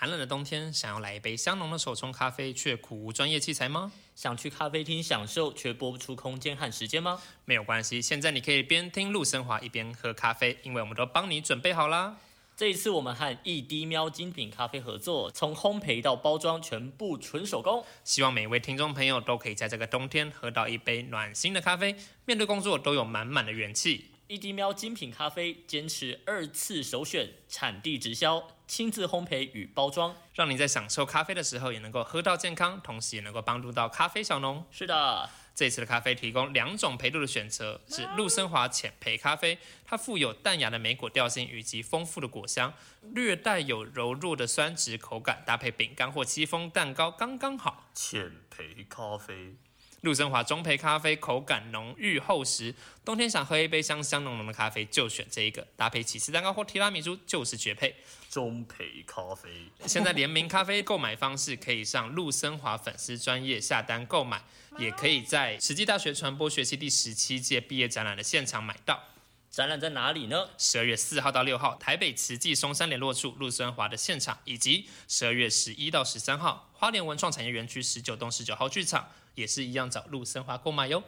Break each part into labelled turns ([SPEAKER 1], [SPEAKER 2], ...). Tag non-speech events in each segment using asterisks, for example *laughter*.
[SPEAKER 1] 寒冷的冬天，想要来一杯香浓的手冲咖啡，却苦无专业器材吗？
[SPEAKER 2] 想去咖啡厅享受，却拨不出空间和时间吗？
[SPEAKER 1] 没有关系，现在你可以边听陆生华一边喝咖啡，因为我们都帮你准备好啦。
[SPEAKER 2] 这一次我们和一滴喵精品咖啡合作，从烘焙到包装全部纯手工。
[SPEAKER 1] 希望每一位听众朋友都可以在这个冬天喝到一杯暖心的咖啡，面对工作都有满满的元气。
[SPEAKER 2] 一滴喵精品咖啡坚持二次首选，产地直销，亲自烘焙与包装。
[SPEAKER 1] 让你在享受咖啡的时候也能够喝到健康，同时也能够帮助到咖啡小农。
[SPEAKER 2] 是的，
[SPEAKER 1] 这次的咖啡提供两种焙度的选择，是陆生华浅焙咖啡，它富有淡雅的莓果调性以及丰富的果香，略带有柔弱的酸质口感，搭配饼干或戚风蛋糕刚刚好。
[SPEAKER 2] 浅焙咖啡。
[SPEAKER 1] 陆生华中焙咖啡口感浓郁厚实，冬天想喝一杯香香浓浓的咖啡就选这一个，搭配起司蛋糕或提拉米苏就是绝配。
[SPEAKER 2] 中培咖啡，
[SPEAKER 1] 现在联名咖啡购买方式可以上陆生华粉丝专业下单购买，也可以在实际大学传播学系第十七届毕业展览的现场买到。
[SPEAKER 2] 展览在哪里呢？
[SPEAKER 1] 十二月四号到六号，台北慈济松山联络处陆生华的现场，以及十二月十一到十三号，花莲文创产业园区十九栋十九号剧场，也是一样找陆生华购买哟。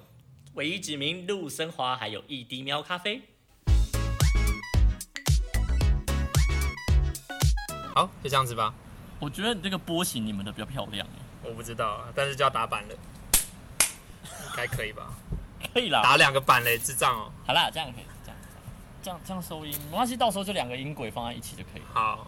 [SPEAKER 2] 唯一指名陆森华，还有一滴喵咖啡。
[SPEAKER 1] 好，就这样子吧。
[SPEAKER 2] 我觉得你这个波形你们的比较漂亮哎，
[SPEAKER 1] 我不知道，啊但是就要打板了，应该可以吧？
[SPEAKER 2] 可以啦。
[SPEAKER 1] 打两个板嘞，智障哦。
[SPEAKER 2] 好啦，这样可以，这样这样这样收音没关系，到时候就两个音轨放在一起就可以
[SPEAKER 1] 好，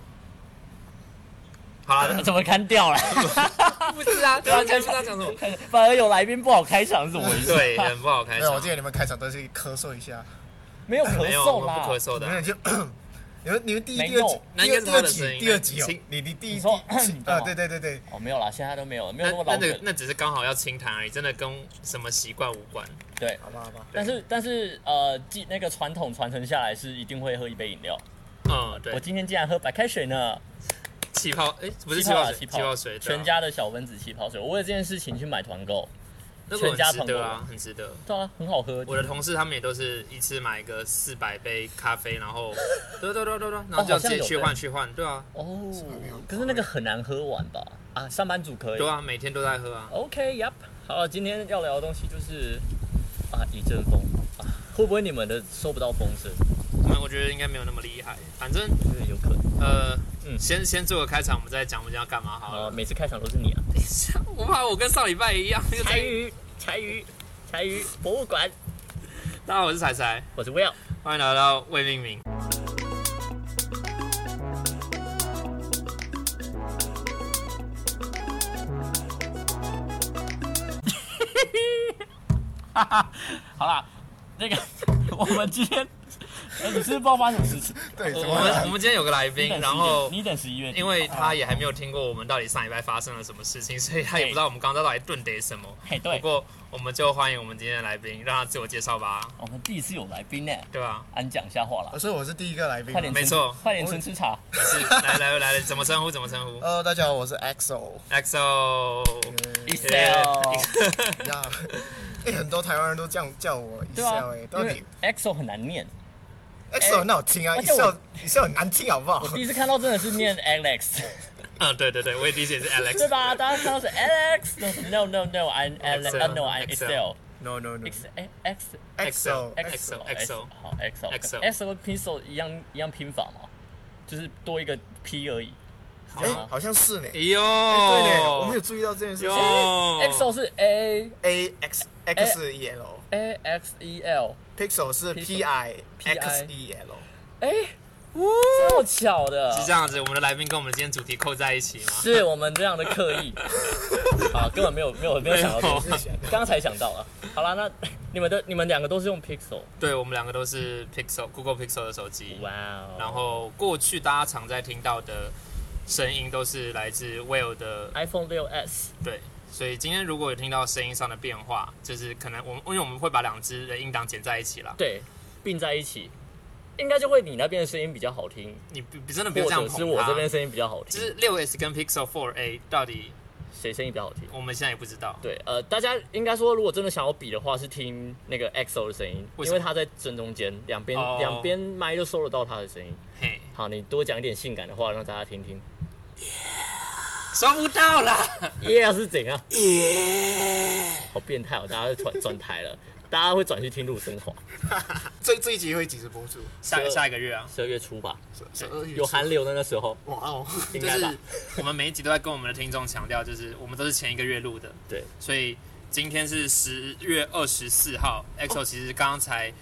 [SPEAKER 1] 好
[SPEAKER 2] 了。
[SPEAKER 1] 了，
[SPEAKER 2] *coughs* 怎么砍掉了？ *laughs*
[SPEAKER 1] 不是啊，对啊，前面在讲什么？
[SPEAKER 2] 反而有来宾不好开场，是怎么回事？ *laughs*
[SPEAKER 1] 对，很不好开
[SPEAKER 3] 没有，我
[SPEAKER 1] 场
[SPEAKER 3] 记。得你们开场都是咳嗽一下，
[SPEAKER 2] 没有咳
[SPEAKER 1] 没有，我
[SPEAKER 2] 嗽
[SPEAKER 1] 们
[SPEAKER 2] 啦。
[SPEAKER 1] 不咳嗽
[SPEAKER 3] 没有
[SPEAKER 1] 的。
[SPEAKER 3] 就， *coughs* 你们你们第一、
[SPEAKER 2] 没
[SPEAKER 3] 第二集
[SPEAKER 2] 有，
[SPEAKER 1] 那
[SPEAKER 3] 第
[SPEAKER 1] 应该是
[SPEAKER 3] 二第
[SPEAKER 1] 他
[SPEAKER 3] 二
[SPEAKER 1] 的声音
[SPEAKER 3] 集，第二集
[SPEAKER 1] 轻
[SPEAKER 3] 哦，你你第一
[SPEAKER 2] 你
[SPEAKER 3] 集
[SPEAKER 2] 说 *coughs* 你干
[SPEAKER 3] 啊，
[SPEAKER 2] 嘛
[SPEAKER 3] 对对对对，
[SPEAKER 2] 哦，没有啦，现在都没有了，没有
[SPEAKER 1] 那
[SPEAKER 2] 那么
[SPEAKER 1] 那
[SPEAKER 2] 老
[SPEAKER 1] 那
[SPEAKER 2] 梗。
[SPEAKER 1] 那只是刚好要清谈而已，真的跟什么习惯无关。
[SPEAKER 2] 对，
[SPEAKER 3] 好吧好吧，
[SPEAKER 2] 但是但是呃，记那个传统传承下来是一定会喝一杯饮料。
[SPEAKER 1] 嗯，
[SPEAKER 2] 我
[SPEAKER 1] 对，
[SPEAKER 2] 今天竟然喝白开水呢，
[SPEAKER 1] 气泡，哎，不是
[SPEAKER 2] 气
[SPEAKER 1] 气
[SPEAKER 2] 泡
[SPEAKER 1] 泡
[SPEAKER 2] 啦
[SPEAKER 1] 水，气泡水，对啊
[SPEAKER 2] 全家的小分子气泡水。我为了这件事情去买团购，
[SPEAKER 1] 那个很
[SPEAKER 2] 全家
[SPEAKER 1] 值
[SPEAKER 2] 朋友
[SPEAKER 1] 得啊，很值得。
[SPEAKER 2] 对啊，很好喝。
[SPEAKER 1] 我的同事他们也都是一次买个四百杯咖啡，然
[SPEAKER 2] *laughs*
[SPEAKER 1] 后，对啊对对对对，然后
[SPEAKER 2] 哦好
[SPEAKER 1] 就直
[SPEAKER 2] 像
[SPEAKER 1] 接
[SPEAKER 2] 有
[SPEAKER 1] 去
[SPEAKER 2] 对
[SPEAKER 1] 换去换，对啊
[SPEAKER 2] 哦，可是那个很难喝完吧？啊，上班族可以。
[SPEAKER 1] 对啊，每天都在喝啊。
[SPEAKER 2] OK，Yep，、好了，今天要聊的东西就是啊，一阵风啊，会不会你们的收不到风声？
[SPEAKER 1] 嗯我觉得应该没有那么厉害，反正
[SPEAKER 2] 我觉得有可能。
[SPEAKER 1] 呃，
[SPEAKER 2] 嗯
[SPEAKER 1] 先先做个开场，我们再讲我们今天要干嘛好
[SPEAKER 2] 啊，
[SPEAKER 1] 了。
[SPEAKER 2] 每次开场都是你啊。
[SPEAKER 1] 等一下， *laughs* 我怕我跟上礼拜一样，又
[SPEAKER 2] 柴
[SPEAKER 1] 在
[SPEAKER 2] 鱼，柴鱼，柴鱼博物馆，
[SPEAKER 1] 大家好，我是彩彩，
[SPEAKER 2] 我是 Will。
[SPEAKER 1] 欢迎来到未命名。
[SPEAKER 2] 哈哈，好啦，那个 *laughs* 我们今天，哎，你是不是不知道发生什么事情？
[SPEAKER 3] 对，啊怎
[SPEAKER 1] 我
[SPEAKER 3] 么
[SPEAKER 1] 们我
[SPEAKER 3] 了？
[SPEAKER 1] 们今天有个来宾，
[SPEAKER 2] 你等
[SPEAKER 1] 然后
[SPEAKER 2] 11你等十一月底，
[SPEAKER 1] 因为他也还没有听过我们到底上礼拜发生了什么事情，所以他也不知道我们刚刚到底顿得什么。
[SPEAKER 2] 嘿
[SPEAKER 1] 不
[SPEAKER 2] 对，
[SPEAKER 1] 过我们就欢迎我们今天的来宾，让他自我介绍吧，
[SPEAKER 2] 我们第一次有来宾呢，
[SPEAKER 1] 对吧？
[SPEAKER 2] 俺讲瞎话啦，
[SPEAKER 3] 啊所以我是第一个来宾
[SPEAKER 2] 快点
[SPEAKER 3] 吗，
[SPEAKER 1] 没
[SPEAKER 2] 吃
[SPEAKER 1] 错
[SPEAKER 2] 快点吃吃茶。
[SPEAKER 1] 是来来来来，怎么称呼？怎么称呼
[SPEAKER 3] 呃，大家好，我是 EXO，
[SPEAKER 1] ？XO。
[SPEAKER 3] 呃
[SPEAKER 2] Excel，
[SPEAKER 3] 呀，哎，很多台湾人都这样叫我
[SPEAKER 2] 对啊
[SPEAKER 1] 欸
[SPEAKER 3] EXO，哎，，到
[SPEAKER 2] 因
[SPEAKER 3] 底
[SPEAKER 2] 为 Excel 很难念，
[SPEAKER 3] EXO 很好听啊
[SPEAKER 2] 而且我
[SPEAKER 3] ，EXO EXO 很难听，好不好
[SPEAKER 2] 我？第一次看到真的是念 Alex， *laughs*
[SPEAKER 1] 嗯，对对对，我也理解是 Alex。
[SPEAKER 2] 对吧？大家看到是 Alex，No No No，I'm Alex，No，I'm Excel。
[SPEAKER 3] No no no
[SPEAKER 2] X A- X
[SPEAKER 1] EXO
[SPEAKER 3] EXO
[SPEAKER 2] X
[SPEAKER 1] XO
[SPEAKER 2] 好 X O
[SPEAKER 1] XO
[SPEAKER 2] X 跟 Pencil 一样一样拼法吗？就是多一个 P 而已。
[SPEAKER 1] 好
[SPEAKER 3] 哎，好像是呢，
[SPEAKER 1] 哎呦，
[SPEAKER 3] 对呢，我没有注意到这件事
[SPEAKER 1] 哟
[SPEAKER 3] 情
[SPEAKER 1] 哦
[SPEAKER 2] X O 是 A
[SPEAKER 3] ，A X X E L。
[SPEAKER 2] A X E L，
[SPEAKER 3] Pixel 是
[SPEAKER 2] 哎 Pixel
[SPEAKER 3] P I
[SPEAKER 2] P I
[SPEAKER 3] X E L，
[SPEAKER 2] 哎，这么巧的，
[SPEAKER 1] 是这样子，我们的来宾跟我们今天主题扣在一起吗？
[SPEAKER 2] 是我们这样的刻
[SPEAKER 1] *laughs*
[SPEAKER 2] 意啊，根本没有没有没
[SPEAKER 1] 哎
[SPEAKER 2] 有想到这件事情，刚才想到了。好啦，那你们的你们两个都是用 Pixel，
[SPEAKER 1] 对，我们两个都是 Pixel Google Pixel 的手机。
[SPEAKER 2] 哇哦，
[SPEAKER 1] 然后过去大家常在听到的声音都是来自 Will 的，
[SPEAKER 2] iPhone 六 S，
[SPEAKER 1] 对。所以今天如果有听到声音上的变化，就是可能我们因为我们会把两只的音档剪在一起啦。
[SPEAKER 2] 对，并在一起，应该就会你那边的声音比较好听，
[SPEAKER 1] 你不真的不
[SPEAKER 2] 或
[SPEAKER 1] 用这样
[SPEAKER 2] 者
[SPEAKER 1] 捧
[SPEAKER 2] 是我
[SPEAKER 1] 它
[SPEAKER 2] 这边声音比较好
[SPEAKER 1] 就
[SPEAKER 2] 听。
[SPEAKER 1] 是六 S 跟 Pixel 4 A 到底
[SPEAKER 2] 谁声音比较好听？
[SPEAKER 1] 我们现在也不知道。
[SPEAKER 2] 对，呃，大家应该说，如果真的想要比的话，是听那个 EXO 的声音，
[SPEAKER 1] 为什么
[SPEAKER 2] 因为他在正中间，两边
[SPEAKER 1] 哦
[SPEAKER 2] 两边麦都收得到他的声音。
[SPEAKER 1] 嘿，
[SPEAKER 2] 好，你多讲一点性感的话，让大家听听。
[SPEAKER 1] 收不到
[SPEAKER 2] *laughs*
[SPEAKER 1] 啦。
[SPEAKER 2] 耶、是怎样？耶、好变态哦！大家都转转台了，大家会转去听陆生华。
[SPEAKER 3] 这这一集会几时播出？
[SPEAKER 1] 下个下一个月啊，
[SPEAKER 2] 十二月初吧，
[SPEAKER 3] 十十二月
[SPEAKER 2] 有寒流的那时候，
[SPEAKER 3] 哇哦，
[SPEAKER 2] 应
[SPEAKER 1] 就
[SPEAKER 2] 该吧
[SPEAKER 1] 是？我们每一集都在跟我们的听众强调，就是我们都是前一个月录的，
[SPEAKER 2] 对，
[SPEAKER 1] 所以今天是十月二十四号，EXO
[SPEAKER 3] 哦
[SPEAKER 1] 其实刚刚才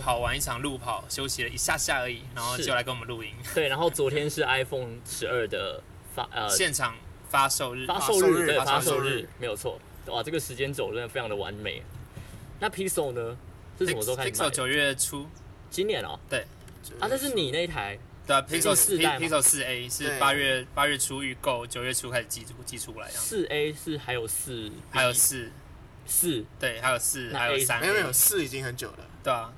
[SPEAKER 1] 跑完一场路跑，休息了一下下而已，然后
[SPEAKER 2] 是
[SPEAKER 1] 就来跟我们录音，
[SPEAKER 2] 对，然后昨天是 iPhone 十二的发呃
[SPEAKER 1] 现场发售日，
[SPEAKER 2] 发
[SPEAKER 3] 售
[SPEAKER 2] 售
[SPEAKER 3] 日
[SPEAKER 2] 日，对，
[SPEAKER 3] 发
[SPEAKER 2] 发
[SPEAKER 3] 售
[SPEAKER 2] 售
[SPEAKER 3] 日
[SPEAKER 2] 日没有错。哇，这个时间轴真的非常的完美。那 Pixel 呢？是什么时候开始卖
[SPEAKER 1] 啊 Pixel
[SPEAKER 2] 的？
[SPEAKER 1] 九月初，
[SPEAKER 2] 今年哦。
[SPEAKER 1] 对
[SPEAKER 2] 啊，但是你那一台
[SPEAKER 1] 对啊，Pixel
[SPEAKER 2] 四代
[SPEAKER 1] P-
[SPEAKER 2] 吗
[SPEAKER 1] Pixel 四 A 是
[SPEAKER 3] 对
[SPEAKER 1] 八月八月初预购，九月初开始寄出寄出来这样，
[SPEAKER 2] 四 A 是还有四，
[SPEAKER 1] 还有四。
[SPEAKER 2] 四
[SPEAKER 1] 对，还有四，
[SPEAKER 2] 那
[SPEAKER 1] 还有
[SPEAKER 2] A
[SPEAKER 1] 三，
[SPEAKER 3] 没有没有四已经很久了，
[SPEAKER 1] 对啊，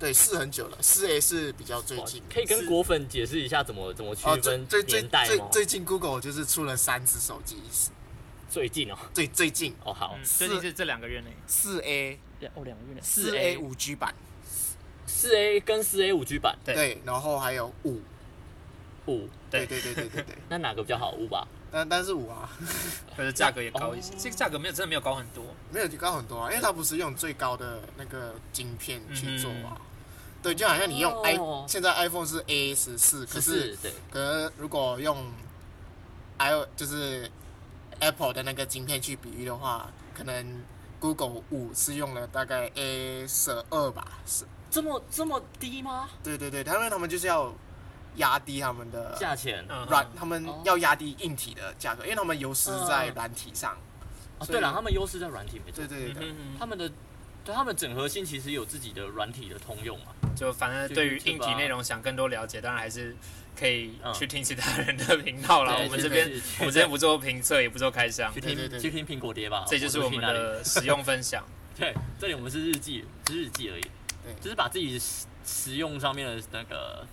[SPEAKER 3] 对四很久了，四 A 是比较最
[SPEAKER 2] 哇
[SPEAKER 3] 近的，
[SPEAKER 2] 可以跟
[SPEAKER 3] 四
[SPEAKER 2] 果粉解释一下怎么怎么区
[SPEAKER 3] 哦最
[SPEAKER 2] 分
[SPEAKER 3] 最最
[SPEAKER 2] 年代
[SPEAKER 3] 最
[SPEAKER 2] 吗？
[SPEAKER 3] 最近 Google 就是出了三只手机，
[SPEAKER 2] 最近哦，
[SPEAKER 3] 最最近
[SPEAKER 2] 哦好，
[SPEAKER 1] 嗯，
[SPEAKER 3] 四
[SPEAKER 1] 最近是这两个月内，
[SPEAKER 3] 四 A
[SPEAKER 2] 两哦两个月内
[SPEAKER 3] 四 A 五 G 版，
[SPEAKER 2] 四 A 跟四 A 五 G 版
[SPEAKER 1] 对
[SPEAKER 3] 对，然后还有五，
[SPEAKER 2] 五，
[SPEAKER 1] 对
[SPEAKER 3] 对对对对对
[SPEAKER 2] *laughs*
[SPEAKER 3] 对，
[SPEAKER 2] 那哪个比较好？五吧？
[SPEAKER 3] 但但是五啊，
[SPEAKER 1] 可是价格也高一些，这个价格没有真的没有高很多，
[SPEAKER 3] 没有高很多啊，因为它不是用最高的那个晶片去做啊。对，就好像你用 i，、
[SPEAKER 2] 嗯哦
[SPEAKER 3] 现在 iPhone 是 A 十四，可
[SPEAKER 2] 可
[SPEAKER 3] 是
[SPEAKER 2] 是对
[SPEAKER 3] 可是如果用 i 就是 Apple 的那个晶片去比喻的话，可能 Google 五是用了大概 A 十二吧，是，
[SPEAKER 2] 这么这么低吗？
[SPEAKER 3] 对对对，他们他们就是要压低他们的
[SPEAKER 2] 价钱
[SPEAKER 1] 嗯，
[SPEAKER 3] 软，他们
[SPEAKER 2] 哦
[SPEAKER 3] 要压低硬体的价格，因为他们优势在
[SPEAKER 2] 嗯
[SPEAKER 3] 软体上。
[SPEAKER 2] 哦，
[SPEAKER 3] 所以
[SPEAKER 2] 对了，他们优势在软体没错
[SPEAKER 3] 对，对对对，
[SPEAKER 1] 嗯
[SPEAKER 2] 他们的对他们整合性其实有自己的软体的通用啊嘛。
[SPEAKER 1] 就反正对于硬
[SPEAKER 2] 啊
[SPEAKER 1] 体内容想更多了解，当然还是可以去听其他人的频道啦。
[SPEAKER 2] 嗯对
[SPEAKER 1] 我们这边
[SPEAKER 2] 是是
[SPEAKER 1] 我们这边不做评测，也不做开箱
[SPEAKER 2] 去，
[SPEAKER 3] 对
[SPEAKER 2] 听
[SPEAKER 3] 对对
[SPEAKER 2] 去听苹果爹吧，
[SPEAKER 1] 这就是我们
[SPEAKER 2] 去那里 *laughs*
[SPEAKER 1] 的使用分享。
[SPEAKER 2] 对，这里我们是日记，是日记而已
[SPEAKER 3] 对，
[SPEAKER 2] 就是把自己实实用上面的那个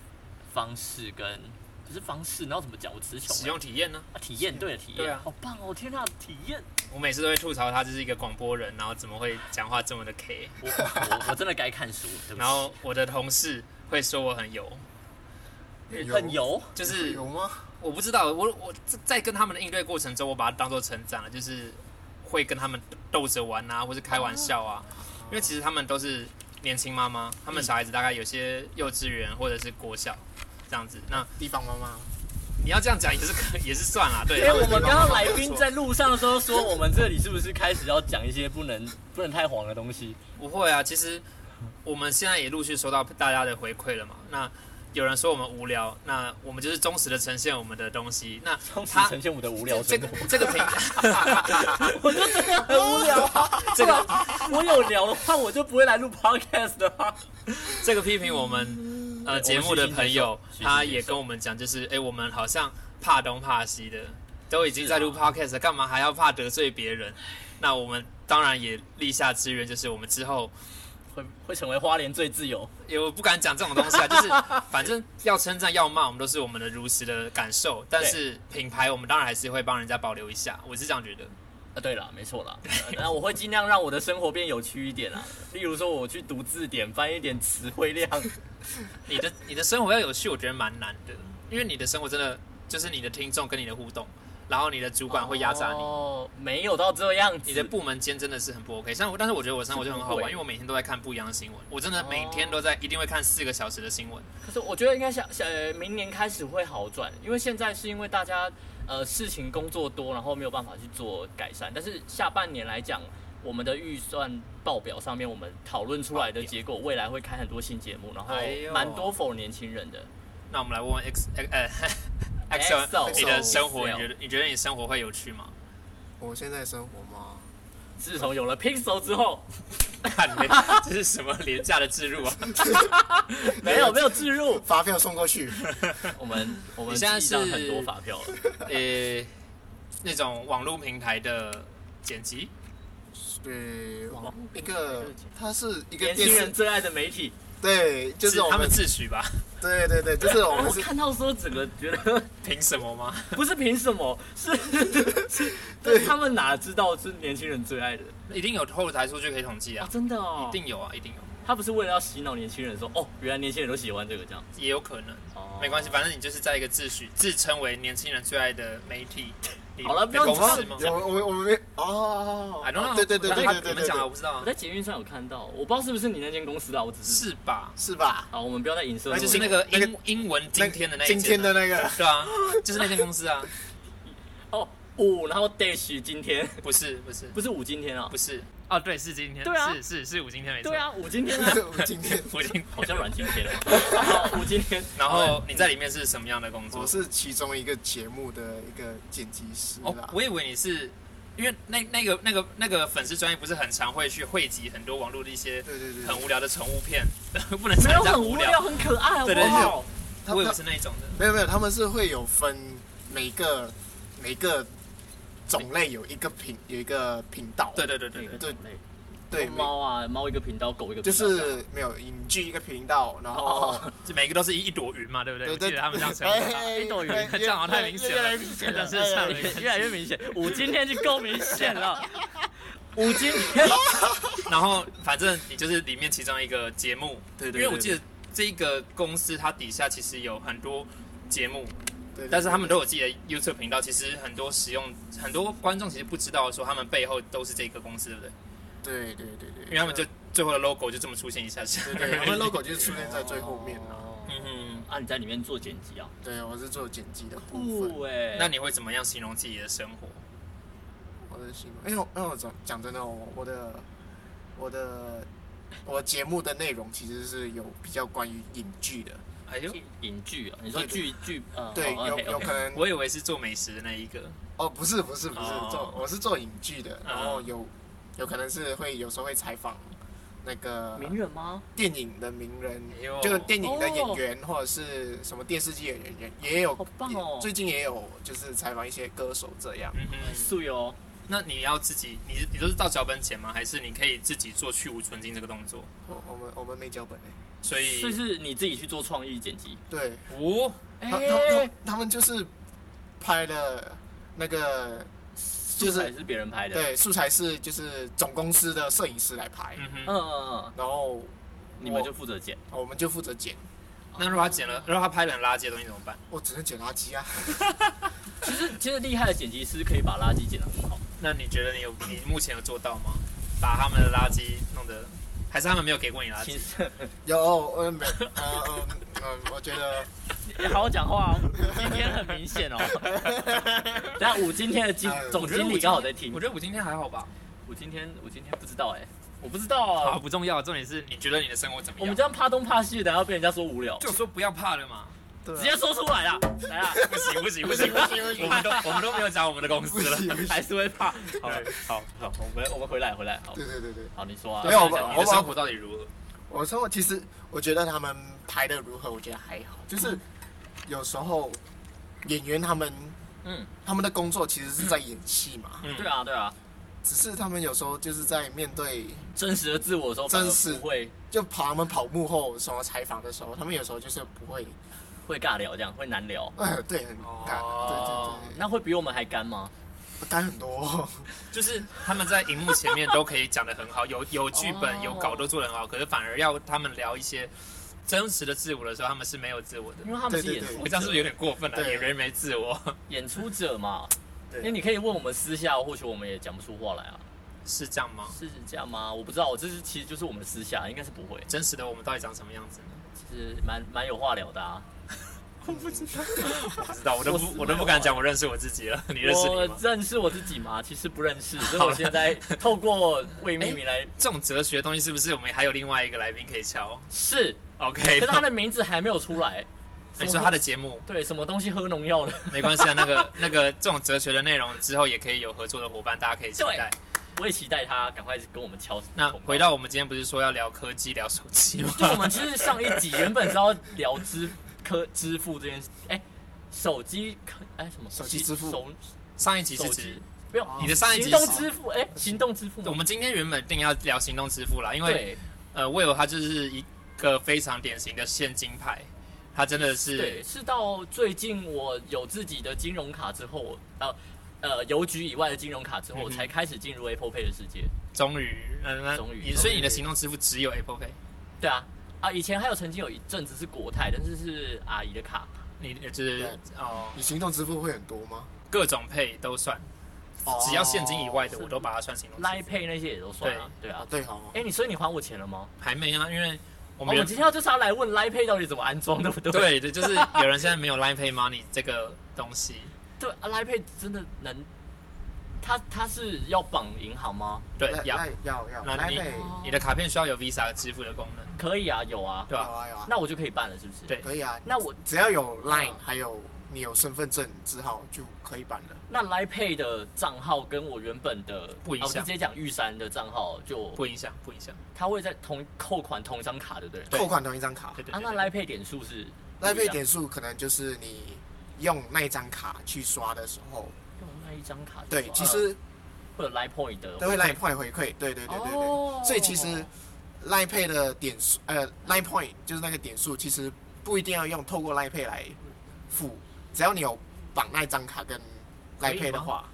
[SPEAKER 2] 方式跟不是方式，然后怎么讲？我词穷了。
[SPEAKER 1] 使用体验呢？
[SPEAKER 2] 啊，体验对的体
[SPEAKER 1] 对
[SPEAKER 2] 验，
[SPEAKER 1] 啊
[SPEAKER 2] 好棒哦！天呐，体验！
[SPEAKER 1] 我每次都会吐槽他就是一个广播人，然后怎么会讲话这么的 K， *laughs*
[SPEAKER 2] 我我我真的该看书了，对不起
[SPEAKER 1] 然后我的同事会说我很油，
[SPEAKER 2] 嗯很油，
[SPEAKER 1] 就是
[SPEAKER 3] 有吗？
[SPEAKER 1] 我不知道，我我在在跟他们的应对过程中，我把它当做成长了，就是会跟他们逗着玩啊，或是开玩笑啊。因为其实他们都是年轻妈妈，他们小孩子大概有些幼稚园或者是国小这样子。那
[SPEAKER 3] 地方妈妈，
[SPEAKER 1] 你要这样讲也是可也是算啦，对。
[SPEAKER 2] 因
[SPEAKER 1] 他
[SPEAKER 2] 为
[SPEAKER 1] 们
[SPEAKER 2] 哎我们刚刚来宾在路上的时候说，我们这里是不是开始要讲一些不能不能太黄的东西？
[SPEAKER 1] 不会啊，其实我们现在也陆续收到大家的回馈了嘛。那有人说我们无聊，那我们就是忠实的呈现我们的东西。那
[SPEAKER 2] 充实
[SPEAKER 1] 他
[SPEAKER 2] 呈现我们哦的无聊
[SPEAKER 1] 这
[SPEAKER 2] 生
[SPEAKER 1] 个
[SPEAKER 2] 活，
[SPEAKER 1] 这 *laughs* 个平，
[SPEAKER 2] *laughs* 我就真的很无聊
[SPEAKER 1] *laughs*
[SPEAKER 2] 啊！
[SPEAKER 1] 这个
[SPEAKER 2] 我有聊的话，我就不会来录 podcast 的啊。
[SPEAKER 1] 这个批评我们呃节目的朋友
[SPEAKER 2] 虚，心接受
[SPEAKER 1] 他也跟我们讲，就是哎、诶我们好像怕东怕西的，都已经在录 podcast，了干嘛还要怕得罪别人？那我们当然也立下志愿，就是我们之后
[SPEAKER 2] 会会成为花莲最自由，
[SPEAKER 1] 也我不敢讲这种东西 *laughs* 啊，就是反正要称赞要骂，我们都是我们的如实的感受，但是品牌我们当然还是会帮人家保留一下，我是这样觉得。
[SPEAKER 2] 啊，对了，没错啦。呃那我会尽量让我的生活变有趣一点啦，例如说我去读字典，翻一点词汇
[SPEAKER 1] *laughs*
[SPEAKER 2] 量。
[SPEAKER 1] 你 *laughs* 的你的生活要有趣，我觉得蛮难的，因为你的生活真的就是你的听众跟你的互动，然后你的主管会压榨你。
[SPEAKER 2] 哦，没有到这样子。
[SPEAKER 1] 你的部门间真的是很不 OK，像我，但是我觉得我生活就很好
[SPEAKER 2] 是不
[SPEAKER 1] 玩，
[SPEAKER 2] 会
[SPEAKER 1] 因为我每天都在看不一样的新闻，我真的
[SPEAKER 2] 哦
[SPEAKER 1] 每天都在，一定会看四个小时的新闻。
[SPEAKER 2] 可是我觉得应该想想，呃，明年开始会好转，因为现在是因为大家呃事情工作多，然后没有办法去做改善。但是下半年来讲，我们的预算报表上面，我们讨论出来的结果，未来会开很多新节目，然后
[SPEAKER 1] 哎呦
[SPEAKER 2] 蛮多否年轻人的。
[SPEAKER 1] 那我们来问问 X 呃 X
[SPEAKER 2] Axel
[SPEAKER 1] 你的生活，
[SPEAKER 2] Axel
[SPEAKER 1] 你觉得你觉得你生活会有趣吗？
[SPEAKER 3] 我现在生活吗？
[SPEAKER 2] 自从有了 Pixel 之后，
[SPEAKER 1] 看你 *laughs* 这是什么廉价的置入啊？
[SPEAKER 2] 没有没有置入，
[SPEAKER 3] 发票送过去，
[SPEAKER 2] 我 *laughs* 们我们
[SPEAKER 1] 你现在
[SPEAKER 2] 记账
[SPEAKER 1] 是
[SPEAKER 2] 很多发票
[SPEAKER 1] *laughs*
[SPEAKER 2] 了，
[SPEAKER 1] 呃，那种网络平台的剪辑，
[SPEAKER 3] 对，网一个，它是一
[SPEAKER 2] *laughs*
[SPEAKER 3] 个
[SPEAKER 2] 年
[SPEAKER 3] 电
[SPEAKER 2] 轻人
[SPEAKER 3] 视，
[SPEAKER 2] 最爱的媒
[SPEAKER 1] *laughs*
[SPEAKER 2] 体。
[SPEAKER 3] 对，就是我
[SPEAKER 1] 他
[SPEAKER 3] 们
[SPEAKER 1] 们，自诩吧？
[SPEAKER 3] 对对对，就是我们
[SPEAKER 2] 我
[SPEAKER 3] 是，
[SPEAKER 2] 看到说整个觉得 *laughs*
[SPEAKER 1] 凭什么吗？
[SPEAKER 2] 不是凭什么，是 *laughs*
[SPEAKER 1] *laughs*
[SPEAKER 2] 是，但是他们哪知道是年轻人最爱的
[SPEAKER 1] 一定有后台数据可以统计啊？，
[SPEAKER 2] 啊真的哦，
[SPEAKER 1] 一定有啊，一定有。
[SPEAKER 2] 他不是为了要洗脑年轻人说，哦，原来年轻人都喜欢这个这样。
[SPEAKER 1] 也有可能。
[SPEAKER 2] 哦
[SPEAKER 1] 没关系，反正你就是在一个自诩自称为年轻人最爱的媒体，你
[SPEAKER 2] 好了
[SPEAKER 1] 你
[SPEAKER 2] 不要
[SPEAKER 1] 公
[SPEAKER 2] 讲
[SPEAKER 1] 司吗
[SPEAKER 3] 我我我们没哦
[SPEAKER 1] I don't know
[SPEAKER 3] 对对对对
[SPEAKER 1] 他
[SPEAKER 3] 对对
[SPEAKER 1] 你们讲啊，我
[SPEAKER 3] 对，
[SPEAKER 1] 不知道
[SPEAKER 2] 我
[SPEAKER 1] 啊，
[SPEAKER 2] 在捷运上有看到，我不知道是不是你那间公司啦，我只是
[SPEAKER 1] 是吧？
[SPEAKER 3] 是吧？
[SPEAKER 2] 好，我们不要再影射
[SPEAKER 1] 那
[SPEAKER 2] 路人，
[SPEAKER 1] 就是那个
[SPEAKER 3] 那个
[SPEAKER 1] 英英文今天的那一
[SPEAKER 3] 今
[SPEAKER 1] 间
[SPEAKER 3] 天
[SPEAKER 1] 啊
[SPEAKER 3] 的那个
[SPEAKER 1] 对啊，就是那间公司啊，
[SPEAKER 2] 哦五，然后 dash 今天 *laughs*
[SPEAKER 1] 不是不是
[SPEAKER 2] 不是五今天啊
[SPEAKER 1] 不，是哦，对，是今天，
[SPEAKER 2] 对啊
[SPEAKER 1] 是是是五今天没错，
[SPEAKER 2] 对，啊五
[SPEAKER 1] *laughs*
[SPEAKER 2] 今天啊，
[SPEAKER 3] 我今天
[SPEAKER 1] 五今天。
[SPEAKER 2] 好像阮今天
[SPEAKER 1] *laughs*
[SPEAKER 2] 了，好五今天，
[SPEAKER 1] 然后你在里面是什么样的工作
[SPEAKER 3] 我？是其中一个节目的一个剪辑师
[SPEAKER 1] 哦
[SPEAKER 3] 啦，，
[SPEAKER 1] 我以为你是。因为那那个那个那个粉丝专业不是很常会去汇集很多网络的一些
[SPEAKER 3] 对对对
[SPEAKER 1] 很
[SPEAKER 3] 对，
[SPEAKER 1] 无聊的宠物片， *laughs* 不能
[SPEAKER 2] 没有
[SPEAKER 1] 讲
[SPEAKER 2] 很
[SPEAKER 1] 叫
[SPEAKER 2] 无聊，
[SPEAKER 1] 聊，
[SPEAKER 2] 很可爱，好
[SPEAKER 1] 对
[SPEAKER 2] 不
[SPEAKER 1] 对对
[SPEAKER 2] 好？
[SPEAKER 3] 他
[SPEAKER 1] 我以为
[SPEAKER 3] 们
[SPEAKER 1] 是那一种的。
[SPEAKER 3] 没有没有，他们是会有分每个每个种类有一个频有一个频道，
[SPEAKER 1] 对对对对对
[SPEAKER 2] 那个
[SPEAKER 3] 对
[SPEAKER 2] 种类
[SPEAKER 3] 对，每
[SPEAKER 2] 猫啊，猫一个频道，狗一个
[SPEAKER 3] 就
[SPEAKER 2] 频道，
[SPEAKER 3] 是没有影剧一个频道，然后
[SPEAKER 2] 哦
[SPEAKER 1] 就每个都是一一朵云嘛，对不对？
[SPEAKER 3] 对
[SPEAKER 1] 我记
[SPEAKER 3] 对，
[SPEAKER 1] 得他们这样称
[SPEAKER 3] 哎
[SPEAKER 1] 呼它，
[SPEAKER 3] 哎
[SPEAKER 1] 一朵云
[SPEAKER 3] 哎，
[SPEAKER 1] 这样好像太明显
[SPEAKER 3] 越来
[SPEAKER 1] 了
[SPEAKER 3] 越明显，了
[SPEAKER 1] 但是上
[SPEAKER 3] 哎
[SPEAKER 1] 面
[SPEAKER 2] 越来越明显，五今天就够明显了，五今天
[SPEAKER 1] *laughs* 然后反正你就是里面其中一个节目，
[SPEAKER 3] 对对对
[SPEAKER 1] 因为我记得这个公司它底下其实有很多节目，
[SPEAKER 3] 对对
[SPEAKER 1] 但是他们都有自己的 YouTube 频道，其实很多使用很多观众其实不知道说他们背后都是这个公司，对不对？
[SPEAKER 3] 对对对对，
[SPEAKER 1] 因为他们就最后的 logo 就这么出现一下下，
[SPEAKER 3] 对
[SPEAKER 1] *laughs*
[SPEAKER 3] 对，我们 logo 就是出现在最后面了。
[SPEAKER 2] 哦
[SPEAKER 1] 嗯哼，
[SPEAKER 2] 啊，你在里面做剪辑啊？
[SPEAKER 3] 对，我是做剪辑的部分。
[SPEAKER 2] 不哎，
[SPEAKER 1] 那你会怎么样形容自己的生活？
[SPEAKER 3] 我的哎行为，因为因为我讲讲真的，我我的我的我节目的内容其实是有比较关于影剧的，
[SPEAKER 1] 哎呦，
[SPEAKER 2] 影剧啊？你说
[SPEAKER 3] 对对
[SPEAKER 2] 剧剧呃，
[SPEAKER 3] 对，
[SPEAKER 2] 哦
[SPEAKER 3] 有
[SPEAKER 2] OK，OK
[SPEAKER 3] 有可能
[SPEAKER 1] 我以为是做美食的那一个，
[SPEAKER 3] 哦，不是不是不是
[SPEAKER 1] 哦
[SPEAKER 3] 做我是做影剧的，然后
[SPEAKER 1] 嗯
[SPEAKER 3] 有有可能是会有时候会采访那个
[SPEAKER 2] 名人吗？
[SPEAKER 3] 电影的名人
[SPEAKER 1] 哎呦，
[SPEAKER 3] 就是电影的演员或者是什么电视剧演员也也有
[SPEAKER 2] 好棒哦，
[SPEAKER 3] 最近也有就是采访一些歌手这样。
[SPEAKER 1] 嗯哼。
[SPEAKER 2] 素友
[SPEAKER 1] 那你要自己，你你都是到脚本前吗？还是你可以自己做去无存精这个动作？
[SPEAKER 3] 我我们我们没脚本哎，
[SPEAKER 1] 所以
[SPEAKER 2] 所以是你自己去做创意剪辑。
[SPEAKER 3] 对，
[SPEAKER 1] 哦，
[SPEAKER 2] 哎
[SPEAKER 3] 他他他他们就是拍了那个
[SPEAKER 2] 素材是别人拍的。，
[SPEAKER 3] 对素材是就是总公司的摄影师来拍，
[SPEAKER 1] 嗯哼，
[SPEAKER 2] 嗯嗯嗯，
[SPEAKER 3] 然后
[SPEAKER 2] 你们就负责剪。
[SPEAKER 3] 我们就负责剪，
[SPEAKER 1] 那如果他剪了，如果他拍的很垃圾的东西怎么办？
[SPEAKER 3] 我只能捡垃圾啊。 *laughs*
[SPEAKER 2] 其实其实厉害的剪辑师可以把垃圾剪得很好。
[SPEAKER 1] 那你觉得你有你目前有做到吗？把他们的垃圾弄得，还是他们没有给过你垃
[SPEAKER 2] 其
[SPEAKER 1] 圾？
[SPEAKER 2] 实
[SPEAKER 3] 有，呃，没，呃，呃呃，我觉得
[SPEAKER 2] *laughs* 好好讲话哦，五今天很明显哦。等下五今天的经
[SPEAKER 3] 哎
[SPEAKER 2] 总经理刚好在听
[SPEAKER 1] 我。觉得我今天还好吧。
[SPEAKER 2] 我今天我今天不知道哎，我不知道
[SPEAKER 1] 好，
[SPEAKER 2] 啊。
[SPEAKER 1] 不重要，重点是你觉得你的生活怎么
[SPEAKER 2] 我们
[SPEAKER 1] 样
[SPEAKER 2] 这？样怕东怕西，等下被人家说无聊，
[SPEAKER 1] 就说不要怕了嘛。
[SPEAKER 3] 对
[SPEAKER 2] 直
[SPEAKER 3] 啊
[SPEAKER 2] 接说出来啦。来啊，
[SPEAKER 1] *laughs* 不行不行不行
[SPEAKER 3] 不行不行
[SPEAKER 1] *laughs* 我们都我们都没有讲我们的公司了。
[SPEAKER 2] 还是会怕。好好好，我们我们回来回来好。
[SPEAKER 3] 对对对对，
[SPEAKER 2] 好，你说啊。
[SPEAKER 3] 没有我
[SPEAKER 1] 你
[SPEAKER 3] 们
[SPEAKER 1] 的生活到底如何？
[SPEAKER 3] 我说其实我觉得他们嗯拍的如何，我觉得还好，就是有时候演员他们
[SPEAKER 2] 嗯，
[SPEAKER 3] 他们的工作其实是在演戏嘛，
[SPEAKER 1] 嗯
[SPEAKER 2] 对，啊对啊，
[SPEAKER 3] 只是他们有时候就是在面对
[SPEAKER 2] 真实的自我的时候，
[SPEAKER 3] 真实
[SPEAKER 2] 反而不会
[SPEAKER 3] 就跑他们跑幕后什么采访的时候，他们有时候就是不会，
[SPEAKER 2] 会尬聊，这样会难聊。
[SPEAKER 3] 呃，对，很干，
[SPEAKER 1] 哦
[SPEAKER 3] 对对
[SPEAKER 2] 那会比我们还干吗？
[SPEAKER 3] 对，干很多，
[SPEAKER 1] 就是他们在荧幕前面都可以讲得很好，有有剧本、
[SPEAKER 2] 哦
[SPEAKER 1] 有稿都做得很好，可是反而要他们聊一些真实的自我的时候，他们是没有自我的。
[SPEAKER 2] 因为他们是
[SPEAKER 3] 对对
[SPEAKER 2] 演
[SPEAKER 3] 对
[SPEAKER 2] 出
[SPEAKER 1] 我这样是不是有
[SPEAKER 2] 者，
[SPEAKER 1] 点过分了、啊
[SPEAKER 3] 对
[SPEAKER 1] 演员没自我，
[SPEAKER 2] 演出者嘛。
[SPEAKER 1] 啊
[SPEAKER 2] 因为
[SPEAKER 3] 对，
[SPEAKER 2] 你可以问我们私下，或许我们也讲不出话来啊，
[SPEAKER 1] 是这样吗？
[SPEAKER 2] 是这样吗？我不知道，我这是其实就是我们私下，应该是不会，
[SPEAKER 1] 真实的我们到底长什么样子呢？
[SPEAKER 2] 其实蛮蛮有话聊的啊。
[SPEAKER 1] 我不知道，我都
[SPEAKER 2] 说实
[SPEAKER 1] 不
[SPEAKER 2] 话
[SPEAKER 1] 我都不敢讲，我认识我自己了。 *laughs* 你认识你
[SPEAKER 2] 我
[SPEAKER 1] 吗？
[SPEAKER 2] 认识我自己吗？其实不认
[SPEAKER 1] *laughs*
[SPEAKER 2] 识，所以我现在透过未命名来
[SPEAKER 1] 这种哲学的东西是不是我们还有另外一个来宾可以敲
[SPEAKER 2] 是，
[SPEAKER 1] ？OK，
[SPEAKER 2] 可是他的名字还没有出来。
[SPEAKER 1] 你说哎他的节目
[SPEAKER 2] 对什么东西喝农药了？
[SPEAKER 1] 没关系啊，那个 *laughs* 那个这种哲学的内容之后也可以有合作的伙伴，大家可以期待。
[SPEAKER 2] *laughs* 我也期待他赶快跟我们敲。
[SPEAKER 1] 那回到我们今天不是说要聊科技、聊手机吗？
[SPEAKER 2] *laughs* 就我们其实上一集原本是要聊支科支付这件事，哎、手机科哎什么
[SPEAKER 3] 手机支付
[SPEAKER 2] 手
[SPEAKER 1] 上一集
[SPEAKER 2] 手
[SPEAKER 1] 是
[SPEAKER 2] 机
[SPEAKER 1] 指
[SPEAKER 2] 不用
[SPEAKER 1] 你的上一集
[SPEAKER 2] 行
[SPEAKER 1] 是嗯
[SPEAKER 2] 动支付，哎、行动支付吗
[SPEAKER 1] 我们今天原本定要聊行动支付啦，因为
[SPEAKER 2] 对
[SPEAKER 1] 呃，魏友他就是一个非常典型的现金派，他真的
[SPEAKER 2] 对
[SPEAKER 1] 是
[SPEAKER 2] 是到最近我有自己的金融卡之后，呃呃邮局以外的金融卡之
[SPEAKER 1] 嗯
[SPEAKER 2] 后，
[SPEAKER 1] 哼
[SPEAKER 2] 我才开始进入 Apple Pay 的世界。
[SPEAKER 1] 终于，嗯、那
[SPEAKER 2] 终于
[SPEAKER 1] 你所以你的行动支付只有 Apple Pay，
[SPEAKER 2] 对啊，啊，以前还有曾经有一阵子是国泰，但是是阿姨的卡，
[SPEAKER 1] 你就是哦，
[SPEAKER 3] 你行动支付会很多吗？
[SPEAKER 1] 各种配都算，只要现金以外的
[SPEAKER 2] 是
[SPEAKER 1] 我都把它算行动支付。
[SPEAKER 2] 哦 Line Pay 那些也都算啊，对啊
[SPEAKER 3] 啊，。对哦，
[SPEAKER 2] 哎，你所以你还我钱了吗？
[SPEAKER 1] 还没啊，因为我
[SPEAKER 2] 哦
[SPEAKER 1] 们
[SPEAKER 2] 我
[SPEAKER 1] 有、
[SPEAKER 2] 今天要就是要来问 Line Pay 到底怎么安装，对不对？
[SPEAKER 1] *laughs* 对对，就是有人现在没有 Line Pay Money 这个东西，
[SPEAKER 2] *laughs* 对啊，Line Pay 真的能，它它是要绑银行吗？
[SPEAKER 1] 对，
[SPEAKER 3] 那
[SPEAKER 1] 要
[SPEAKER 3] 那要要，
[SPEAKER 1] 那
[SPEAKER 3] 来
[SPEAKER 1] 你
[SPEAKER 3] 配
[SPEAKER 2] 哦
[SPEAKER 1] 你的卡片需要有 Visa 支付的功能，
[SPEAKER 2] 可以啊，有啊，
[SPEAKER 1] 对吧、
[SPEAKER 3] 有啊有啊，
[SPEAKER 2] 那我就可以办了，是不是？
[SPEAKER 1] 对
[SPEAKER 3] 可以啊。
[SPEAKER 2] 那我
[SPEAKER 3] 只要有 Line，还有你有身份证字号就可以办了。
[SPEAKER 2] 那 Line Pay 的账号跟我原本的
[SPEAKER 1] 不影
[SPEAKER 2] 啊我就
[SPEAKER 1] 响
[SPEAKER 2] 直接讲玉山的账号就
[SPEAKER 1] 不影响，不影响。
[SPEAKER 2] 它会在同扣款同一张卡，对不对？
[SPEAKER 1] 对
[SPEAKER 3] 扣款同一张卡
[SPEAKER 1] 对对
[SPEAKER 2] 啊，
[SPEAKER 1] 对
[SPEAKER 2] 那
[SPEAKER 1] 对
[SPEAKER 2] Line Pay 点数是
[SPEAKER 3] ，Line
[SPEAKER 2] 不一
[SPEAKER 3] Pay
[SPEAKER 2] 样
[SPEAKER 3] 点数可能就是你用那一张卡去刷的时候，
[SPEAKER 2] 用那一张卡就
[SPEAKER 3] 对，
[SPEAKER 2] 刷
[SPEAKER 3] 其
[SPEAKER 2] 了
[SPEAKER 3] 实
[SPEAKER 2] 会有 Line Point 的
[SPEAKER 3] 都会 Line Point 回馈，对对对对
[SPEAKER 2] 哦
[SPEAKER 3] 对。所以其实 Line Pay 的点数，呃，Line Point 就是那个点数，其实不一定要用透过 Line Pay 来付，只要你有绑那张卡跟 Line
[SPEAKER 1] 可以吗
[SPEAKER 3] Pay 的话，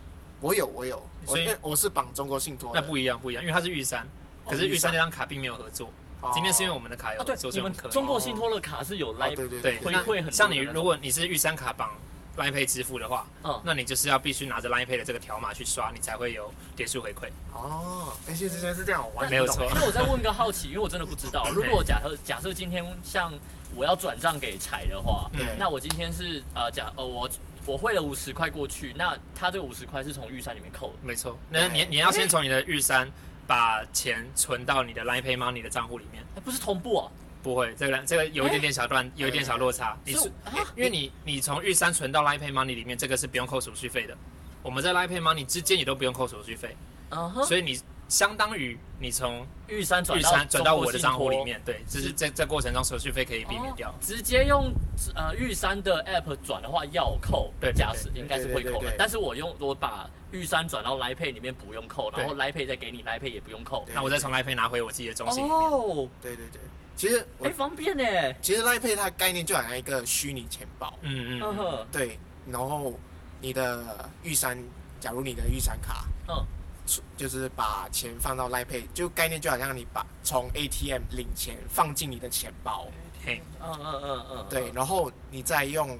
[SPEAKER 3] 我有我有，我
[SPEAKER 1] 所以
[SPEAKER 3] 我是绑中国信托
[SPEAKER 2] 哦
[SPEAKER 1] 那
[SPEAKER 3] 的，
[SPEAKER 1] 不一样，不一样，因为它是玉山，
[SPEAKER 3] 哦
[SPEAKER 1] 可是玉山
[SPEAKER 3] 玉山
[SPEAKER 1] 这张卡并没有合作。
[SPEAKER 3] 哦
[SPEAKER 1] 今天是因为我们的卡有
[SPEAKER 2] 啊，
[SPEAKER 1] 合
[SPEAKER 2] 对
[SPEAKER 1] 作，，所
[SPEAKER 2] 你
[SPEAKER 1] 以我
[SPEAKER 2] 们
[SPEAKER 1] 们可以。
[SPEAKER 2] 中国信托的卡是有
[SPEAKER 3] 哦
[SPEAKER 2] Line，
[SPEAKER 3] 对
[SPEAKER 1] 对
[SPEAKER 3] 对对，
[SPEAKER 2] 回
[SPEAKER 1] 那
[SPEAKER 2] 馈很多
[SPEAKER 1] 像你
[SPEAKER 2] 的那种
[SPEAKER 1] 如果你是玉山卡绑 Line Pay 支付的话，
[SPEAKER 2] 嗯，
[SPEAKER 1] 那你就是要必须拿着 Line Pay 的这个条码去刷，你才会有点数回馈。
[SPEAKER 3] 哦，哎，其实真的是这样，我完全
[SPEAKER 1] 没有
[SPEAKER 3] 不懂
[SPEAKER 1] 错
[SPEAKER 2] 那我再问个好奇，因为我真的不知
[SPEAKER 1] *laughs*
[SPEAKER 2] 道，如果假设假设今天像我要转账给柴的话，
[SPEAKER 1] 嗯
[SPEAKER 3] 对
[SPEAKER 2] 那我今天是呃假呃我我汇了五十块过去，那他这五十块是从预算里面扣的，
[SPEAKER 1] 没错，那你你要先从你的玉山把钱存到你的 Line Pay Money 的账户里面，
[SPEAKER 2] 哎不是同步哦、
[SPEAKER 1] 不会，这个两这个有一点点小断，有一点小落差。你
[SPEAKER 2] 所
[SPEAKER 1] 是
[SPEAKER 2] 以我啊
[SPEAKER 1] 因为你你从玉山存到 Line Pay Money 里面，这个是不用扣手续费的。我们在 Line Pay Money 之间也都不用扣手续费，
[SPEAKER 2] 嗯哼，
[SPEAKER 1] 所以你相当于你从
[SPEAKER 2] 玉山转
[SPEAKER 1] 玉
[SPEAKER 2] 到
[SPEAKER 1] 山转到我的
[SPEAKER 2] 中国信
[SPEAKER 1] 账户里
[SPEAKER 2] 托
[SPEAKER 1] 面，对，就是这这过程中手续费可以避免掉
[SPEAKER 2] 哦。直接用呃玉山的 app 转的话要扣，
[SPEAKER 1] 对
[SPEAKER 2] 假设
[SPEAKER 1] 对
[SPEAKER 2] 应该是会扣
[SPEAKER 3] 对对
[SPEAKER 2] 的
[SPEAKER 3] 对。
[SPEAKER 2] 但是我用我把玉山转到来配里面不用扣，
[SPEAKER 1] 对
[SPEAKER 2] 然后来配再给你，来配也不用扣。
[SPEAKER 1] 那我再从 Line Pay 拿回我自己的中心里面。
[SPEAKER 2] 哦，
[SPEAKER 3] 对对对，其实我
[SPEAKER 2] 哎，方便呢。
[SPEAKER 3] 其实 Line Pay 它概念就好像一个虚拟钱包，
[SPEAKER 1] 嗯嗯
[SPEAKER 2] 嗯
[SPEAKER 1] 嗯，
[SPEAKER 2] 哼，
[SPEAKER 3] 对，然后你的玉山，假如你的玉山卡
[SPEAKER 2] 嗯，
[SPEAKER 3] 出就是把钱放到 Line Pay，就概念就好像你把从 ATM 领钱放进你的钱包，
[SPEAKER 1] 嘿，
[SPEAKER 2] 嗯嗯嗯嗯，
[SPEAKER 3] 对，然后你再用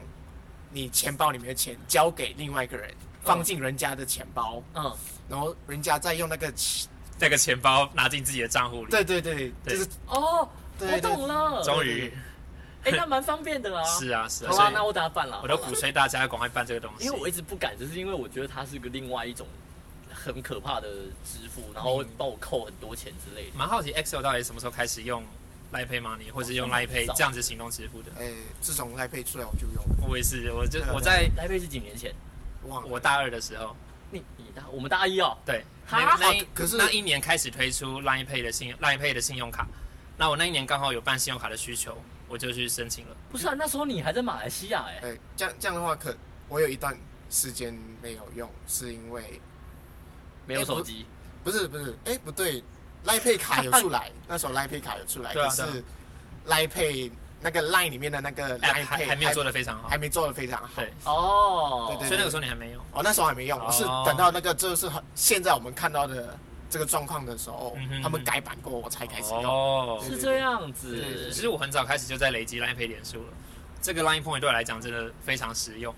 [SPEAKER 3] 你钱包里面的钱交给另外一个人，放进人家的钱包，
[SPEAKER 2] 嗯，
[SPEAKER 3] 然后人家再用那个钱，
[SPEAKER 1] 这个钱包拿进自己的账户里。
[SPEAKER 3] 对对对，
[SPEAKER 1] 对
[SPEAKER 3] 就是
[SPEAKER 2] 哦，
[SPEAKER 3] 对
[SPEAKER 2] 我懂了，
[SPEAKER 1] 终于，
[SPEAKER 2] 哎，那蛮方便的啦。
[SPEAKER 1] 是啊是啊，
[SPEAKER 2] 好
[SPEAKER 1] 所
[SPEAKER 2] 啦，
[SPEAKER 1] 以
[SPEAKER 2] 那我打算了
[SPEAKER 1] 我。都鼓吹大家赶快办这个东西
[SPEAKER 2] 因为。我一直不敢，就是因为我觉得它是个另外一种很可怕的支付，然后会帮我扣很多钱之类的。
[SPEAKER 1] 蛮好奇 Excel 到底什么时候开始用 Line Pay Money 或是
[SPEAKER 2] 哦
[SPEAKER 1] 用 Line Pay 这样子行动支付的？
[SPEAKER 3] 呃，自从 Line Pay 出来我就用
[SPEAKER 1] 我也是，我就
[SPEAKER 3] 对啊
[SPEAKER 1] 我在
[SPEAKER 2] 来配是几年前，
[SPEAKER 3] 了，忘了。
[SPEAKER 1] 我大二的时候，
[SPEAKER 2] 你你大我们大一哦，
[SPEAKER 1] 对，
[SPEAKER 2] 哈
[SPEAKER 1] 那那一
[SPEAKER 3] 哦可是
[SPEAKER 1] 那一年开始推出 Line Pay 的信 Line Pay 的信用卡，那我那一年刚好有办信用卡的需求，我就去申请了。
[SPEAKER 2] 不是啊，那时候你还在马来西亚哎、
[SPEAKER 3] 哎，这样这样的话可，我有一段时间没有用，是因为
[SPEAKER 2] 没
[SPEAKER 3] 有
[SPEAKER 2] 有
[SPEAKER 3] 手
[SPEAKER 2] 手机，
[SPEAKER 3] 不是不是，哎、不对，赖配卡有
[SPEAKER 1] *laughs*
[SPEAKER 3] 出来，那时候赖配卡有出来，
[SPEAKER 1] 对啊
[SPEAKER 3] 可
[SPEAKER 1] 对
[SPEAKER 3] 是赖配那个 line 里面的那个赖
[SPEAKER 1] App
[SPEAKER 3] 配
[SPEAKER 1] 哎还还没有做得非常
[SPEAKER 3] 还
[SPEAKER 1] 好
[SPEAKER 3] 还，没做的非常好。
[SPEAKER 1] 对，
[SPEAKER 2] 哦，
[SPEAKER 3] 对
[SPEAKER 1] 所以那个时候你还没有。
[SPEAKER 3] 哦，那时候还没用，
[SPEAKER 1] 哦
[SPEAKER 3] 我是等到那个就是很现在我们看到的这个状况的时候，
[SPEAKER 1] 嗯哼
[SPEAKER 3] 他们改版过，我才开始用。
[SPEAKER 1] 哦
[SPEAKER 3] 对
[SPEAKER 2] 是这样子
[SPEAKER 3] 对对对
[SPEAKER 1] 其实我很早开始就在累积 Line Pay 点数了，这个 Line Point 对我来讲真的非常实用。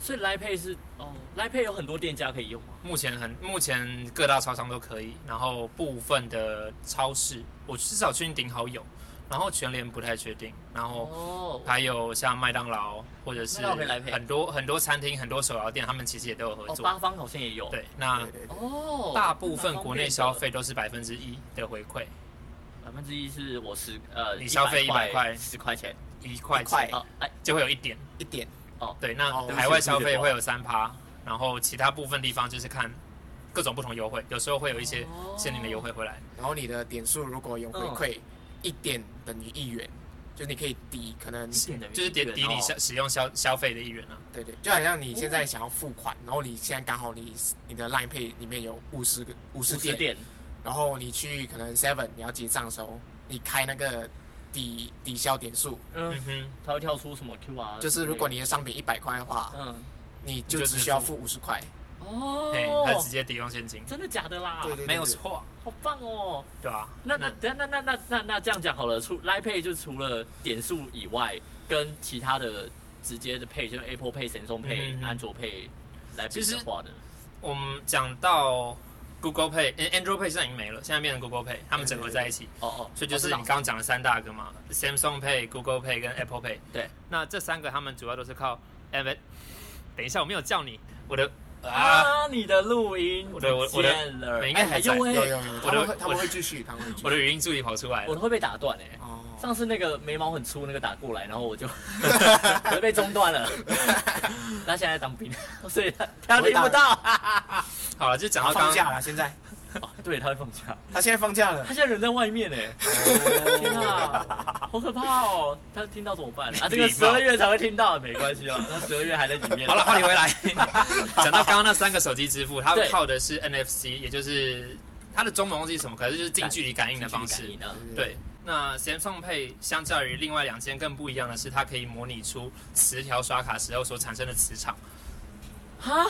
[SPEAKER 2] 所以来配是哦，来配有很多店家可以用吗？
[SPEAKER 1] 目前很，目前各大超商都可以，然后部分的超市，我至少确定顶好有，然后全联不太确定，然后
[SPEAKER 2] 哦，
[SPEAKER 1] 还有像麦当劳或者是
[SPEAKER 2] 麦当劳可以来配
[SPEAKER 1] 很多很多餐厅、很多手摇店，他们其实也都有合
[SPEAKER 2] 哦，
[SPEAKER 1] 作。
[SPEAKER 2] 八方好像也有，，
[SPEAKER 1] 对，那
[SPEAKER 3] 对对对
[SPEAKER 2] 哦，
[SPEAKER 1] 大部分国内消费都是百分之一的回馈，
[SPEAKER 2] 百分之一是我十呃，
[SPEAKER 1] 你消费
[SPEAKER 2] 100
[SPEAKER 1] 100块
[SPEAKER 2] 十块钱，
[SPEAKER 1] 一块
[SPEAKER 3] 一块
[SPEAKER 1] 钱
[SPEAKER 2] 哦，哎，
[SPEAKER 1] 就会有一点。
[SPEAKER 3] 一点
[SPEAKER 1] 对，那
[SPEAKER 3] 哦
[SPEAKER 1] 海外消费会有三趴，然后其他部分地方就是看各种不同优惠，有时候会有一些
[SPEAKER 2] 哦
[SPEAKER 1] 限定的优惠回来。
[SPEAKER 3] 然后你的点数如果有回
[SPEAKER 1] 嗯
[SPEAKER 3] 馈，一点等于一元，就是你可以抵可能
[SPEAKER 2] 一点等于
[SPEAKER 1] 就是抵
[SPEAKER 2] 一元
[SPEAKER 1] 抵你
[SPEAKER 2] 哦
[SPEAKER 1] 消使用消消费的一元啊。
[SPEAKER 3] 对对，就好像你现在想要付款，然后你现在刚好你你的 Line Pay 里面有五十个五十
[SPEAKER 2] 五十
[SPEAKER 3] 点，
[SPEAKER 2] 点，
[SPEAKER 3] 然后你去可能 Seven 你要结账的时候，你开那个抵抵消点数，
[SPEAKER 2] 嗯
[SPEAKER 1] 嗯，哼，
[SPEAKER 2] 它会跳出什么 QR，
[SPEAKER 3] 就是如果你的商品一百块的话，
[SPEAKER 2] 啊嗯，
[SPEAKER 3] 你就只需要付五十块，
[SPEAKER 2] 哦
[SPEAKER 1] 嘿，他直
[SPEAKER 2] 哦，
[SPEAKER 1] 接抵用现金，
[SPEAKER 2] 真的假的啦？
[SPEAKER 3] 对对
[SPEAKER 1] 没有错，
[SPEAKER 2] 好棒哦！
[SPEAKER 1] 对啊吧？
[SPEAKER 2] 那那那那那那那那这样讲好了，除 Line Pay 就除了点数以外，跟其他的直接的 Pay 就是 Apple Pay、Samsung
[SPEAKER 1] 嗯嗯
[SPEAKER 2] Pay、
[SPEAKER 1] 嗯
[SPEAKER 2] 安卓 Pay 来比
[SPEAKER 1] 其实
[SPEAKER 2] 的话呢，
[SPEAKER 1] 我们讲到 Google Pay、呃 Android Pay 现在已经没了，现在变成 Google Pay，他们整合在一起。
[SPEAKER 2] 哦哦，
[SPEAKER 1] 所以就是你刚刚讲的三大个嘛，Samsung Pay、Google Pay 跟 Apple Pay。
[SPEAKER 2] 对，
[SPEAKER 1] 那这三个他们主要都是靠 M。等一下，我没有叫你，我的啊，
[SPEAKER 2] 啊，你的录音
[SPEAKER 1] 我的我的
[SPEAKER 2] 不见了，
[SPEAKER 1] 应该还
[SPEAKER 2] 哎
[SPEAKER 1] 在
[SPEAKER 2] 呦喂
[SPEAKER 3] 有有有，他
[SPEAKER 1] 我的
[SPEAKER 3] 们会他们会继续，他们会继
[SPEAKER 1] 我
[SPEAKER 3] 续。
[SPEAKER 1] 的语音助理跑出来
[SPEAKER 2] 我
[SPEAKER 1] 了。
[SPEAKER 2] 都会被打断哎、
[SPEAKER 3] 哦，
[SPEAKER 2] 上次那个眉毛很粗那个打过来，然后
[SPEAKER 1] *laughs*
[SPEAKER 2] 我就我就被中断了。他现在在当兵，所以他他听不到。
[SPEAKER 1] 好了，就讲
[SPEAKER 3] 他
[SPEAKER 1] 到刚刚
[SPEAKER 3] 放假了，现在
[SPEAKER 2] 哦对，他会放假。
[SPEAKER 3] 他现在放假了
[SPEAKER 2] 他。现在人在外面哎、天啊，好可怕哦！他听到怎么办啊？这个
[SPEAKER 1] 礼
[SPEAKER 2] 十
[SPEAKER 1] 貌
[SPEAKER 2] 二月才会听到，没关系哦，那十二月还在里
[SPEAKER 1] *laughs*
[SPEAKER 2] 面。
[SPEAKER 1] 好了，话题回来，讲到刚刚那三个手机支付，它
[SPEAKER 2] 对
[SPEAKER 1] 靠的是 NFC，也就是它的中文忘记是什么，可是就是近距离感应的方
[SPEAKER 2] 近距
[SPEAKER 1] 式
[SPEAKER 2] 离。感应啊
[SPEAKER 1] 对，那 Samsung Pay 相较于另外两间更不一样的是，它可以模拟出磁条刷卡时候所产生的磁场。
[SPEAKER 2] 哈，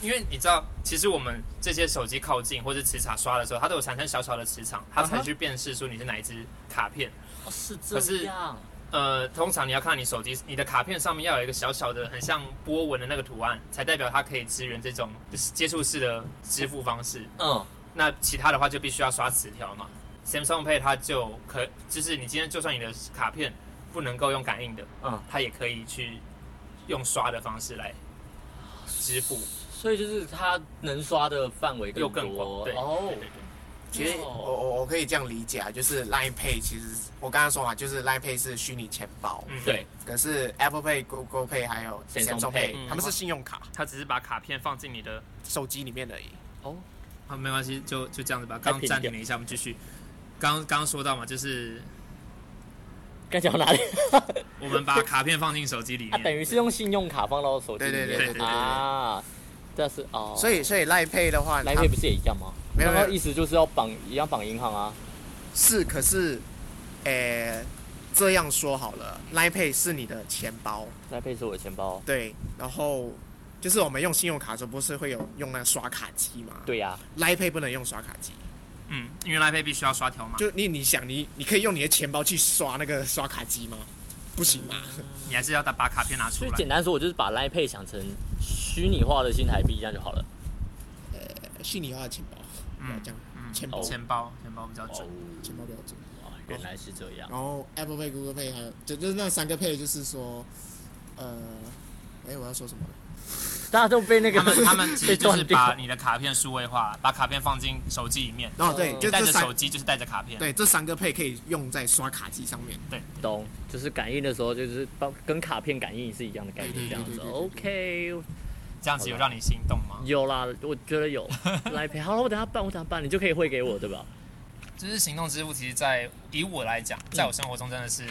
[SPEAKER 1] 因为你知道，其实我们这些手机靠近或者磁场刷的时候，它都有产生小小的磁场，它才去辨识出你是哪一支卡片。
[SPEAKER 2] 哦是
[SPEAKER 1] 可是
[SPEAKER 2] 这样。
[SPEAKER 1] 呃，通常你要看你手机，你的卡片上面要有一个小小的很像波纹的那个图案，才代表它可以支援这种接触式的支付方式。
[SPEAKER 2] 嗯，
[SPEAKER 1] 那其他的话就必须要刷磁条嘛。Samsung Pay 它就可，就是你今天就算你的卡片不能够用感应的，
[SPEAKER 2] 嗯，
[SPEAKER 1] 它也可以去用刷的方式来支付。
[SPEAKER 2] 所以就是他能刷的范围
[SPEAKER 1] 又
[SPEAKER 2] 多
[SPEAKER 1] 更广对
[SPEAKER 2] 哦
[SPEAKER 1] 对对。对
[SPEAKER 3] 其实我
[SPEAKER 2] 哦
[SPEAKER 3] 我我可以这样理解啊，就是 Line Pay 其实我刚刚说嘛，就是 Line Pay 是虚拟钱包，
[SPEAKER 1] 嗯
[SPEAKER 2] 对，
[SPEAKER 3] 可是 Apple Pay、Google Pay 还有
[SPEAKER 2] Samsung
[SPEAKER 3] Samsung
[SPEAKER 2] Pay，
[SPEAKER 1] 嗯
[SPEAKER 3] 他们是信用卡
[SPEAKER 1] 它只是把卡片放进你的
[SPEAKER 3] 手机里面而已。
[SPEAKER 2] 哦，
[SPEAKER 1] 啊，没关系，就就这样子吧。
[SPEAKER 2] 太
[SPEAKER 1] 刚刚
[SPEAKER 2] 平
[SPEAKER 1] 暂
[SPEAKER 2] 掉
[SPEAKER 1] 停了一下，我们继续。刚刚刚说到嘛，就是
[SPEAKER 2] 该讲到哪里？
[SPEAKER 1] 我们把卡片放进手机里
[SPEAKER 2] *laughs* 啊，等
[SPEAKER 1] 面，
[SPEAKER 2] 于是用信用卡放到手机里面
[SPEAKER 3] 对对对
[SPEAKER 1] 对对对
[SPEAKER 2] 啊，这是哦，
[SPEAKER 3] 所
[SPEAKER 2] 以
[SPEAKER 3] 以所以 Line Pay 的话，
[SPEAKER 2] 来
[SPEAKER 3] 它
[SPEAKER 2] 配不是也一样吗？
[SPEAKER 3] 没有
[SPEAKER 2] 然后
[SPEAKER 3] 没有
[SPEAKER 2] 意思就是要绑一样绑银行啊，
[SPEAKER 3] 是可是，诶、这样说好了，Line Pay 是你的钱包，
[SPEAKER 2] 来配是我的钱包。
[SPEAKER 3] 对，然后。就是我们用信用卡的时候，不是会有用那刷卡机嘛？
[SPEAKER 2] 对呀，
[SPEAKER 3] ，Line Pay 不能用刷卡机。
[SPEAKER 1] 嗯，因为 Line Pay 必须要刷条码，
[SPEAKER 3] 就你你想你你可以用你的钱包去刷那个刷卡机吗？不行吧？
[SPEAKER 1] 你还是要把卡片拿出
[SPEAKER 2] 所以
[SPEAKER 1] 来。
[SPEAKER 2] 简单说，我就是把 Line Pay 想成虚拟化的新台币，这样就好了。
[SPEAKER 3] 呃虚拟化的钱包，不要
[SPEAKER 1] 嗯
[SPEAKER 3] 这样，
[SPEAKER 1] 嗯，
[SPEAKER 3] 钱
[SPEAKER 2] 哦
[SPEAKER 3] 包
[SPEAKER 1] 钱包钱包比较
[SPEAKER 2] 哦
[SPEAKER 1] 准。，
[SPEAKER 3] 钱包不要做。
[SPEAKER 2] 原来是这样。
[SPEAKER 3] 然后 Apple Pay、Google Pay 还有就就是那三个 Pay，就是说，呃，哎，我要说什么了？
[SPEAKER 2] 大家都被那个
[SPEAKER 1] 他们他
[SPEAKER 2] *laughs*
[SPEAKER 1] 们其实
[SPEAKER 2] 被
[SPEAKER 1] 就是
[SPEAKER 2] 断掉
[SPEAKER 1] 把你的卡片数位化，把卡片放进手机里面，
[SPEAKER 3] 哦，对，就
[SPEAKER 1] 带
[SPEAKER 3] 这
[SPEAKER 1] 着手
[SPEAKER 3] 三
[SPEAKER 1] 机就是带着卡片。
[SPEAKER 3] 对这三个 Pay 可以用在刷卡机上面。
[SPEAKER 2] 懂，就是感应的时候，就是帮跟卡片感应是一样的概念，这样子。
[SPEAKER 3] 对对
[SPEAKER 2] OK，
[SPEAKER 1] 这样子有让你心动吗？
[SPEAKER 2] 有啦，我觉得有来陪。好了，我等下办，我等下办，你就可以汇给我，对吧？
[SPEAKER 1] 就是行动支付，其实在以我来讲，在我生活中真的是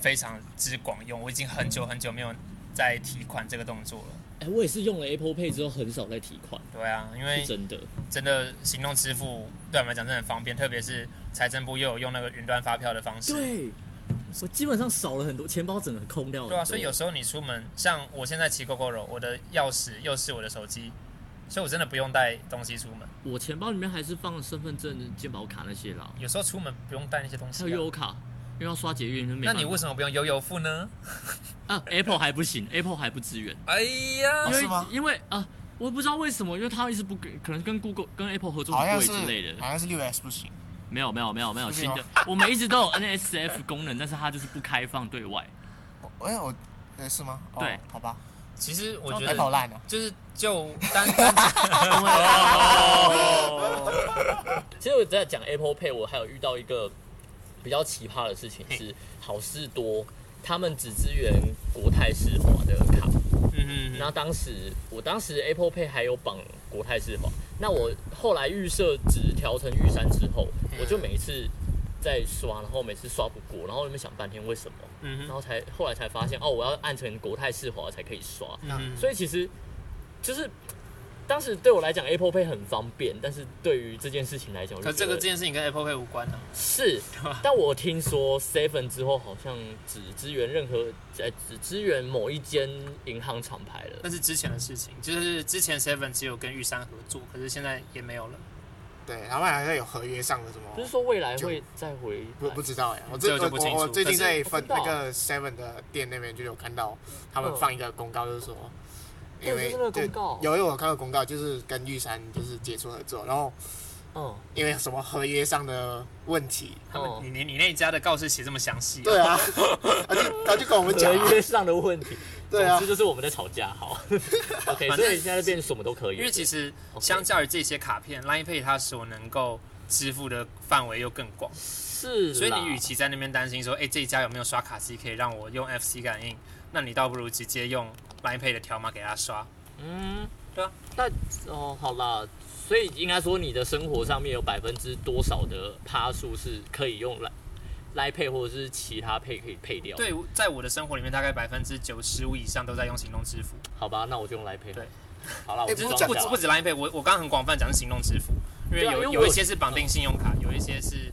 [SPEAKER 1] 非常之广用。我已经很久很久没有在提款这个动作了。
[SPEAKER 2] 哎、我也是用了 Apple Pay 之后，很少再提款，
[SPEAKER 1] 对啊，因为
[SPEAKER 2] 是真的。
[SPEAKER 1] 真的行动支付对我们来讲真的很方便，特别是财政部又有用那个云端发票的方式。
[SPEAKER 2] 对，我基本上少了很多，钱包整个空掉了。
[SPEAKER 1] 对啊，所以有时候你出门，像我现在骑 GoGoRo，我的钥匙又是我的手机，所以我真的不用带东西出门。
[SPEAKER 2] 我钱包里面还是放了身份证、健保卡那些啦，
[SPEAKER 1] 有时候出门不用带那些东西
[SPEAKER 2] 还有
[SPEAKER 1] 啊、
[SPEAKER 2] 悠游卡，因为要刷捷运，就没
[SPEAKER 1] 那
[SPEAKER 2] 办法。
[SPEAKER 1] 你为什么不用悠游付呢？
[SPEAKER 2] 啊，Apple 还不行，Apple 还不支援，
[SPEAKER 1] 哎呀
[SPEAKER 3] 哦
[SPEAKER 2] 因为、
[SPEAKER 3] 是吗
[SPEAKER 2] 因为啊、我不知道为什么，因为他一直不跟，可能跟 Google 跟 Apple 合作
[SPEAKER 3] 好
[SPEAKER 2] 很
[SPEAKER 3] 像
[SPEAKER 2] 贵
[SPEAKER 3] 是
[SPEAKER 2] 之类
[SPEAKER 1] 啊
[SPEAKER 2] 的。
[SPEAKER 3] 好像是六 S 不行。
[SPEAKER 2] 没有没有没有没有
[SPEAKER 3] 是
[SPEAKER 2] 新
[SPEAKER 1] 哦
[SPEAKER 3] 吗
[SPEAKER 2] 的，我们一直都有 NSF 功能，但是它就是不开放对外。
[SPEAKER 3] 哎，我，哎是吗？哦
[SPEAKER 2] 对
[SPEAKER 3] 好吧
[SPEAKER 1] 其实我觉
[SPEAKER 2] 对
[SPEAKER 3] ，Apple
[SPEAKER 1] 得
[SPEAKER 3] 烂啊了。
[SPEAKER 1] 就是就单单
[SPEAKER 2] *laughs*
[SPEAKER 1] 哦
[SPEAKER 2] 其实我在讲 Apple Pay，我还有遇到一个比较奇葩的事情是，好事多他们只支援国泰世华的卡，
[SPEAKER 1] 嗯
[SPEAKER 2] 那当时我当时 Apple Pay 还有绑国泰世华，那我后来预设值调成玉山之后，
[SPEAKER 1] 嗯
[SPEAKER 2] 我就每一次在刷，然后每次刷不过，然后你们想半天为什么，
[SPEAKER 1] 嗯
[SPEAKER 2] 然后才后来嗯才发现哦，我要按成国泰世华才可以刷，
[SPEAKER 1] 嗯
[SPEAKER 2] 所以其实就是当时对我来讲，Apple Pay 很方便，但是对于这件事情来讲，我
[SPEAKER 3] 可
[SPEAKER 2] 就觉
[SPEAKER 3] 这个
[SPEAKER 2] 得
[SPEAKER 3] 这件事情跟 Apple Pay 无关啊。 *laughs*
[SPEAKER 2] 是，但我听说 Seven 之后好像只支援任何，呃，只支援某一间银行厂牌了。
[SPEAKER 1] 那是之前的事情，
[SPEAKER 4] 就是之前 Seven 只有跟玉山合作，可是现在也没有了。
[SPEAKER 3] 对，然后好像有合约上的什
[SPEAKER 2] 不是
[SPEAKER 3] 么，
[SPEAKER 2] 说未来会再回
[SPEAKER 3] 不
[SPEAKER 2] 来
[SPEAKER 3] 不知道哎，我
[SPEAKER 1] 这
[SPEAKER 3] 最
[SPEAKER 1] 个就不清
[SPEAKER 3] 我
[SPEAKER 1] 楚
[SPEAKER 3] 我最近
[SPEAKER 1] 但
[SPEAKER 3] 在分
[SPEAKER 2] 不知
[SPEAKER 3] 那
[SPEAKER 2] 道
[SPEAKER 3] 个 Seven 的店那边就有看到他们
[SPEAKER 2] 嗯
[SPEAKER 3] 放一个公告，就是说，
[SPEAKER 2] 对
[SPEAKER 3] 因为
[SPEAKER 2] 就是那个
[SPEAKER 3] 对
[SPEAKER 2] 公告
[SPEAKER 3] 有有我看到公告，就是跟玉山就是解除合作，然后
[SPEAKER 2] 嗯，
[SPEAKER 3] 因为什么合约上的问题，
[SPEAKER 2] 哦，
[SPEAKER 1] 你你你那一家的告示写这么详细、
[SPEAKER 3] 对啊， *laughs* 他就他就跟我们讲啊，
[SPEAKER 2] 合约上的问题。
[SPEAKER 3] 对啊
[SPEAKER 2] 这就是我们在吵架。
[SPEAKER 3] *laughs*
[SPEAKER 2] 好，OK，所以现在变什么都可以了。
[SPEAKER 1] 因为其实
[SPEAKER 2] OK
[SPEAKER 1] 相较于这些卡片，Line Pay 它所能够支付的范围又更广，
[SPEAKER 2] 是啦，
[SPEAKER 1] 所以你与其在那边担心说，哎、这一家有没有刷卡机可以让我用 FC 感应，那你倒不如直接用 Line Pay 的条码给他刷。
[SPEAKER 2] 嗯，
[SPEAKER 1] 对啊。
[SPEAKER 2] 那哦，好啦，所以应该说你的生活上面有百分之多少的趴数是可以用来来配或者是其他配可以配掉？，
[SPEAKER 1] 对，在我的生活里面，大概百分之九十五以上都在用行动支付。
[SPEAKER 2] 好吧，那我就用来配。
[SPEAKER 1] 对，
[SPEAKER 2] 好啦，我
[SPEAKER 3] 哎
[SPEAKER 2] 就
[SPEAKER 3] 不
[SPEAKER 1] 不
[SPEAKER 3] 是
[SPEAKER 2] 装
[SPEAKER 1] 止
[SPEAKER 2] 假
[SPEAKER 1] 不止不止 Line Pay，我我刚刚很广泛讲行动支付，因为
[SPEAKER 2] 对啊
[SPEAKER 1] 有
[SPEAKER 2] 因为
[SPEAKER 1] 有
[SPEAKER 2] 我
[SPEAKER 1] 一些是绑定信用卡，有一些是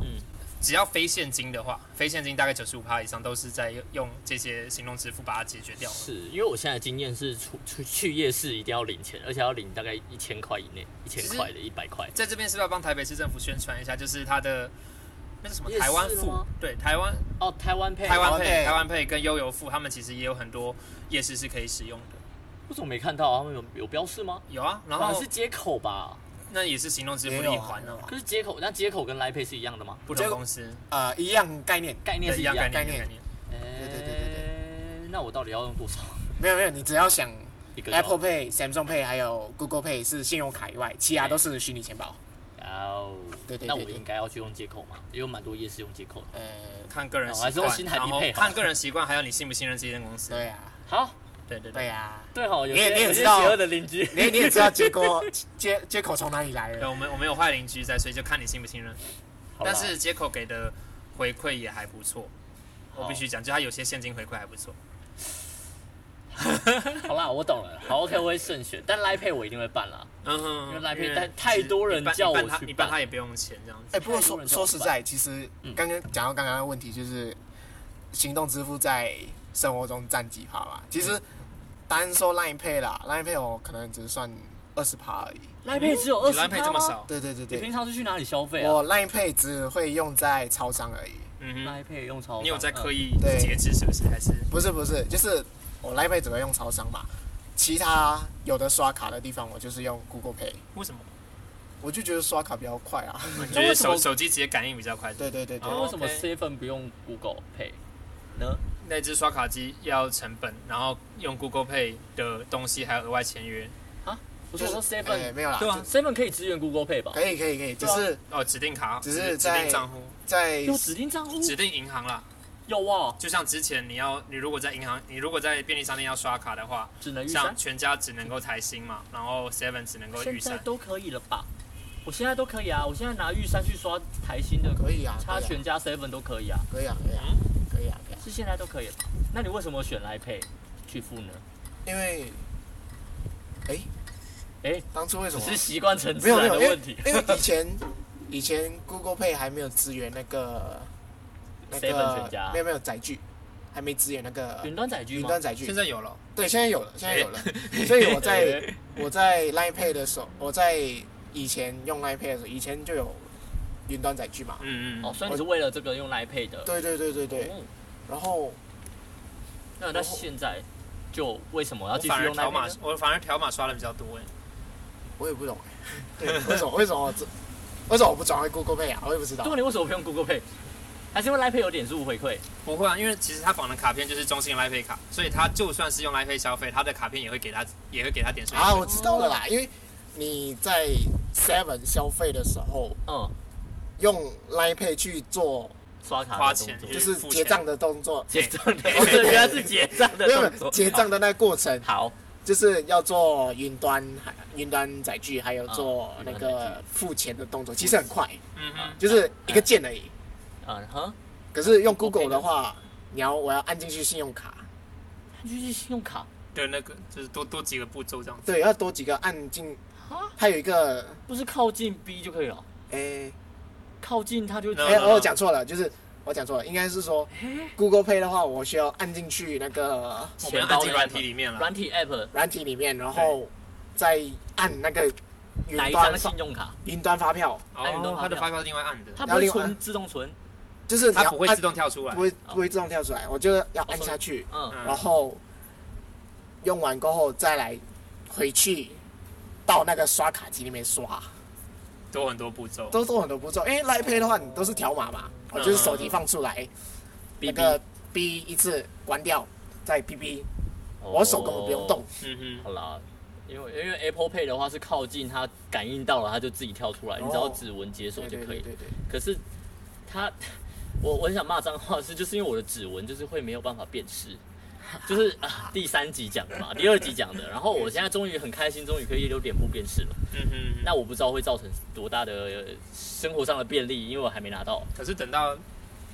[SPEAKER 2] 嗯，
[SPEAKER 1] 只要非现金的话，非现金大概九十五趴以上都是在用这些行动支付把它解决掉了。
[SPEAKER 2] 是因为我现在的经验是出出去夜市一定要领钱，而且要领大概一千块以内，一千
[SPEAKER 1] 其实
[SPEAKER 2] 块的一百块。
[SPEAKER 1] 在这边是不是要帮台北市政府宣传一下？就是它的那是什么
[SPEAKER 2] 夜市
[SPEAKER 1] 台湾
[SPEAKER 2] 吗
[SPEAKER 1] 富？对，台湾
[SPEAKER 2] 哦，台湾配，
[SPEAKER 1] 台湾
[SPEAKER 3] 台湾
[SPEAKER 1] 配
[SPEAKER 3] 配
[SPEAKER 1] 台湾配跟悠游付，他们其实也有很多夜市是可以使用的。
[SPEAKER 2] 我怎么没看到啊？他们有有标示吗？
[SPEAKER 1] 有啊，然
[SPEAKER 2] 好
[SPEAKER 1] 后
[SPEAKER 2] 像是接口吧？
[SPEAKER 1] 那也是行动支付的一环
[SPEAKER 3] 没
[SPEAKER 1] 呢
[SPEAKER 3] 有啊没有，啊
[SPEAKER 2] 可是接口，那接口跟来配是一样的吗？
[SPEAKER 1] 不同
[SPEAKER 3] 就
[SPEAKER 1] 公司
[SPEAKER 3] 呃，一样概念，
[SPEAKER 2] 概念
[SPEAKER 1] 对
[SPEAKER 2] 是
[SPEAKER 1] 一样概
[SPEAKER 2] 的。
[SPEAKER 1] 念
[SPEAKER 3] 概念
[SPEAKER 1] 概念。
[SPEAKER 2] 对
[SPEAKER 3] 对对对对
[SPEAKER 2] 那我到底要用多少？
[SPEAKER 3] 没有没有，你只要想
[SPEAKER 2] 一个就好
[SPEAKER 3] Apple Pay、Samsung Pay 还有 Google Pay 是信用卡以外，其他都是虚拟钱包。
[SPEAKER 2] 哦，
[SPEAKER 3] 对对对
[SPEAKER 2] 那我
[SPEAKER 3] 对
[SPEAKER 2] 应该要去用接口嘛，也有蛮多夜市用接口的。
[SPEAKER 3] 呃，
[SPEAKER 1] 看个人
[SPEAKER 2] 哦
[SPEAKER 1] 习
[SPEAKER 2] 还是用
[SPEAKER 1] 惯，
[SPEAKER 2] 新台币
[SPEAKER 1] 然后
[SPEAKER 2] 配好
[SPEAKER 1] 看个人习惯，还有你信不信任这间公司。
[SPEAKER 3] 对啊，
[SPEAKER 2] 好，
[SPEAKER 1] 对对
[SPEAKER 3] 对
[SPEAKER 1] 对，
[SPEAKER 3] 啊，
[SPEAKER 2] 对哦，有
[SPEAKER 3] 你也
[SPEAKER 2] 些
[SPEAKER 3] 你也
[SPEAKER 2] 有些
[SPEAKER 3] 知道
[SPEAKER 2] 邪恶的邻居，
[SPEAKER 1] *laughs*
[SPEAKER 3] 你你也知道结果接接口从哪里来
[SPEAKER 1] 对
[SPEAKER 3] 了。
[SPEAKER 1] 我们我们有坏邻居在，所以就看你信不信任。
[SPEAKER 2] 好啦
[SPEAKER 1] 但是接口给的回馈也还不错，我必须讲，就他有些现金回馈还不错。
[SPEAKER 2] 好啦，我懂了。好，OK，我会慎选，但来配我一定会办啦。
[SPEAKER 1] 嗯哼，
[SPEAKER 2] 因为赖佩但太多人
[SPEAKER 1] 一半
[SPEAKER 2] 叫我
[SPEAKER 1] 一半他
[SPEAKER 2] 去
[SPEAKER 1] 一半
[SPEAKER 2] 办
[SPEAKER 1] 他也不用钱这样子。
[SPEAKER 3] 哎，不过
[SPEAKER 2] 太多
[SPEAKER 3] 说
[SPEAKER 2] 人叫我
[SPEAKER 3] 说实在，其实刚刚讲到刚刚的问题，就是行动支付在生活中占几趴嘛？其实单说 Line Pay 啦，Line Pay 我可能只算二十趴而已。
[SPEAKER 2] 来配只有二
[SPEAKER 1] 你
[SPEAKER 2] 十，
[SPEAKER 1] 赖佩这么？少，
[SPEAKER 3] 对对对
[SPEAKER 2] 嗯你平
[SPEAKER 3] 对，
[SPEAKER 2] 常是去哪里消费啊？
[SPEAKER 3] 我 Line Pay 只会用在超商而已。
[SPEAKER 1] 嗯哼，
[SPEAKER 2] 来配用超商，嗯
[SPEAKER 1] 你有在刻
[SPEAKER 2] 意？
[SPEAKER 1] 意
[SPEAKER 3] 对
[SPEAKER 1] 节制是不是？还是
[SPEAKER 3] 不是不是，就是我 Line Pay 只会用超商嘛，其他有的刷卡的地方我就是用 Google Pay，
[SPEAKER 1] 为什么？
[SPEAKER 3] 我就觉得刷卡比较快啊。 *laughs*
[SPEAKER 1] 你
[SPEAKER 2] 那
[SPEAKER 1] 觉
[SPEAKER 2] 嗯为
[SPEAKER 1] 得
[SPEAKER 2] 什么
[SPEAKER 1] 手手机直接感应比较快？
[SPEAKER 3] 对对对对，
[SPEAKER 2] 那为什么
[SPEAKER 1] OK
[SPEAKER 2] Seven 不用 Google Pay 呢？
[SPEAKER 1] 那只刷卡机要成本，然后用 Google Pay 的东西还要额外签约
[SPEAKER 2] 不是我说
[SPEAKER 3] 哎
[SPEAKER 2] Seven，
[SPEAKER 3] 没有啦，
[SPEAKER 1] 对啊
[SPEAKER 2] ，Seven 可以支援 Google Pay 吧？
[SPEAKER 3] 可以可以可以，只
[SPEAKER 2] 对啊
[SPEAKER 3] 是
[SPEAKER 1] 哦，指定卡，
[SPEAKER 3] 只是
[SPEAKER 1] 指
[SPEAKER 3] 在
[SPEAKER 1] 定账户，
[SPEAKER 3] 在
[SPEAKER 2] 有指定账户？
[SPEAKER 1] 指定银行啦。
[SPEAKER 2] 有啊，
[SPEAKER 1] 就像之前你要，你如果在银行，你如果在便利商店要刷卡的话，
[SPEAKER 2] 只能预
[SPEAKER 1] 像
[SPEAKER 2] 算。
[SPEAKER 1] 全家只能够台新嘛，然后 Seven 只能够
[SPEAKER 2] 现
[SPEAKER 1] 玉
[SPEAKER 2] 在
[SPEAKER 1] 山，
[SPEAKER 2] 都可以了吧？我现在都可以啊，我现在拿玉山去刷台新的，
[SPEAKER 3] 可以啊，
[SPEAKER 2] 插全家 seven 都可以啊，
[SPEAKER 3] 可以啊可以啊可以啊可以啊，
[SPEAKER 2] 是现在都可以了吧？那你为什么选来配去付呢？
[SPEAKER 3] 因为哎
[SPEAKER 2] 哎
[SPEAKER 3] 当初为什
[SPEAKER 2] 只
[SPEAKER 3] 么
[SPEAKER 2] 是习惯成自
[SPEAKER 3] 没有没
[SPEAKER 2] 然
[SPEAKER 3] 有
[SPEAKER 2] 的
[SPEAKER 3] 因为
[SPEAKER 2] 问题。
[SPEAKER 3] 因为以前 *laughs* 以前 Google Pay 还没有支援那个那
[SPEAKER 2] Seven
[SPEAKER 3] 个
[SPEAKER 2] 全家
[SPEAKER 3] 没有没有载具，还没支援那个
[SPEAKER 2] 云端载具
[SPEAKER 3] 云
[SPEAKER 2] 吗？
[SPEAKER 3] 端载具
[SPEAKER 1] 现。在有了。
[SPEAKER 3] 对，现在有了，现在有了。 *laughs* 所以我在
[SPEAKER 2] 哎
[SPEAKER 3] 我在 Line Pay 的时候，我在以前用 Line Pay 的时候，以前就有云端载具嘛。
[SPEAKER 1] 嗯嗯
[SPEAKER 2] 哦，
[SPEAKER 1] 嗯，
[SPEAKER 2] 所以你是为了这个用来配的。
[SPEAKER 3] 对对对对对。
[SPEAKER 2] 哦
[SPEAKER 3] 然后
[SPEAKER 2] 那那现在就为什么要
[SPEAKER 1] 我
[SPEAKER 2] 继
[SPEAKER 1] 反
[SPEAKER 2] 续
[SPEAKER 1] 而
[SPEAKER 2] 用来
[SPEAKER 1] 条码
[SPEAKER 2] 配呢？，
[SPEAKER 1] 我反而条码刷的比较多哎。
[SPEAKER 3] 我也不懂， *laughs* 对，为什么为什么我这为什么我不转回 Google Pay 啊？我也不知道
[SPEAKER 2] 对，。你为什么不用 Google Pay？还是因为来配有点数回馈？
[SPEAKER 1] 不会啊，因为其实他绑的卡片就是中信 Life Pay 卡，所以他就算是用 Life Pay 消费，他的卡片也会给他，也会给他点数。
[SPEAKER 3] 啊，我知道了啦，因为你在 Seven 消费的时候，
[SPEAKER 2] 嗯，
[SPEAKER 3] 用 Line Pay 去做
[SPEAKER 2] 刷卡
[SPEAKER 1] 花
[SPEAKER 2] 的动
[SPEAKER 1] 钱
[SPEAKER 2] 作
[SPEAKER 1] 就
[SPEAKER 3] 就是是
[SPEAKER 1] 付
[SPEAKER 3] 结
[SPEAKER 1] 钱
[SPEAKER 3] 账的动作，
[SPEAKER 2] 结账的，
[SPEAKER 1] 对
[SPEAKER 2] 哦，对，原来是结账的
[SPEAKER 3] 没有没
[SPEAKER 2] 动
[SPEAKER 3] 有
[SPEAKER 2] 作。
[SPEAKER 3] 结账的那过程，
[SPEAKER 2] 好，
[SPEAKER 3] 就是要做云端云端载具，还有做
[SPEAKER 2] 啊
[SPEAKER 3] 那
[SPEAKER 2] 云端载
[SPEAKER 3] 个付钱的
[SPEAKER 2] 啊
[SPEAKER 3] 动作，其实很快，
[SPEAKER 1] 嗯哼，
[SPEAKER 3] 就是一个键而已。
[SPEAKER 2] 嗯哼，
[SPEAKER 3] 可是用 Google 的话，你要我要按进去信用卡，
[SPEAKER 2] 就是信用卡，
[SPEAKER 4] 的那个，就是多多几个步骤这样子。
[SPEAKER 3] 对，要多几个按进
[SPEAKER 2] 啊，
[SPEAKER 3] 它有一个
[SPEAKER 2] 不是靠近 B 就可以了，
[SPEAKER 3] 诶
[SPEAKER 2] 靠近它就
[SPEAKER 4] 嗯
[SPEAKER 3] 哎、
[SPEAKER 4] 嗯嗯
[SPEAKER 3] 哦，我讲错了，就是我讲错了，应该是说 Google Play 的话，我需要按进去那个
[SPEAKER 4] 我们要
[SPEAKER 2] 钱
[SPEAKER 4] 按
[SPEAKER 2] 包
[SPEAKER 4] 进
[SPEAKER 2] 的
[SPEAKER 4] 软体里面
[SPEAKER 2] app
[SPEAKER 4] 了。
[SPEAKER 2] 软体 app
[SPEAKER 3] 软体里面，然后再按那个云
[SPEAKER 2] 哪一
[SPEAKER 3] 端
[SPEAKER 2] 张
[SPEAKER 3] 发
[SPEAKER 2] 信用卡？
[SPEAKER 3] 云端发票，
[SPEAKER 2] 按你的
[SPEAKER 4] 哦，
[SPEAKER 2] 发
[SPEAKER 4] 它的
[SPEAKER 2] 票
[SPEAKER 4] 发票是另外按的，
[SPEAKER 2] 它不
[SPEAKER 3] 然后
[SPEAKER 2] 会
[SPEAKER 3] 另外
[SPEAKER 2] 存自动存，
[SPEAKER 3] 就是你要
[SPEAKER 4] 它不会
[SPEAKER 3] 按
[SPEAKER 4] 自动哦跳出来
[SPEAKER 3] 不。会哦不会自动跳出来，我就是要按下去，
[SPEAKER 2] 嗯，
[SPEAKER 4] 嗯
[SPEAKER 3] 然后用完过后再来回去到那个刷卡机里面刷，
[SPEAKER 4] 多很多步骤。
[SPEAKER 3] 都做很多步骤。因为 Line Pay 的话，你都是条码
[SPEAKER 4] 嗯
[SPEAKER 3] 嘛，我就是手机放出来，
[SPEAKER 2] B B，
[SPEAKER 3] 那个 B 一次关掉，再 B B，我
[SPEAKER 4] 哦
[SPEAKER 3] 手根本不用动。
[SPEAKER 4] 嗯
[SPEAKER 2] 哦好啦，因为因为 Apple Pay 的话是靠近它感应到了，它就自己跳出来，你只要
[SPEAKER 3] 哦
[SPEAKER 2] 指纹解锁
[SPEAKER 3] 对
[SPEAKER 2] 就
[SPEAKER 3] 对
[SPEAKER 2] 可以
[SPEAKER 3] 对。对对，
[SPEAKER 2] 可是它， *laughs* 我我很想骂脏话是，就是因为我的指纹就是会没有办法辨
[SPEAKER 3] *laughs*
[SPEAKER 2] 识，就是啊第三集讲的嘛，第二集讲的，然后我现在终于很开心，终于可以有脸部辨识了。
[SPEAKER 4] 哼，嗯哼。
[SPEAKER 2] 那我不知道会造成多大的呃生活上的便利，因为我还没拿到。
[SPEAKER 4] 可是等到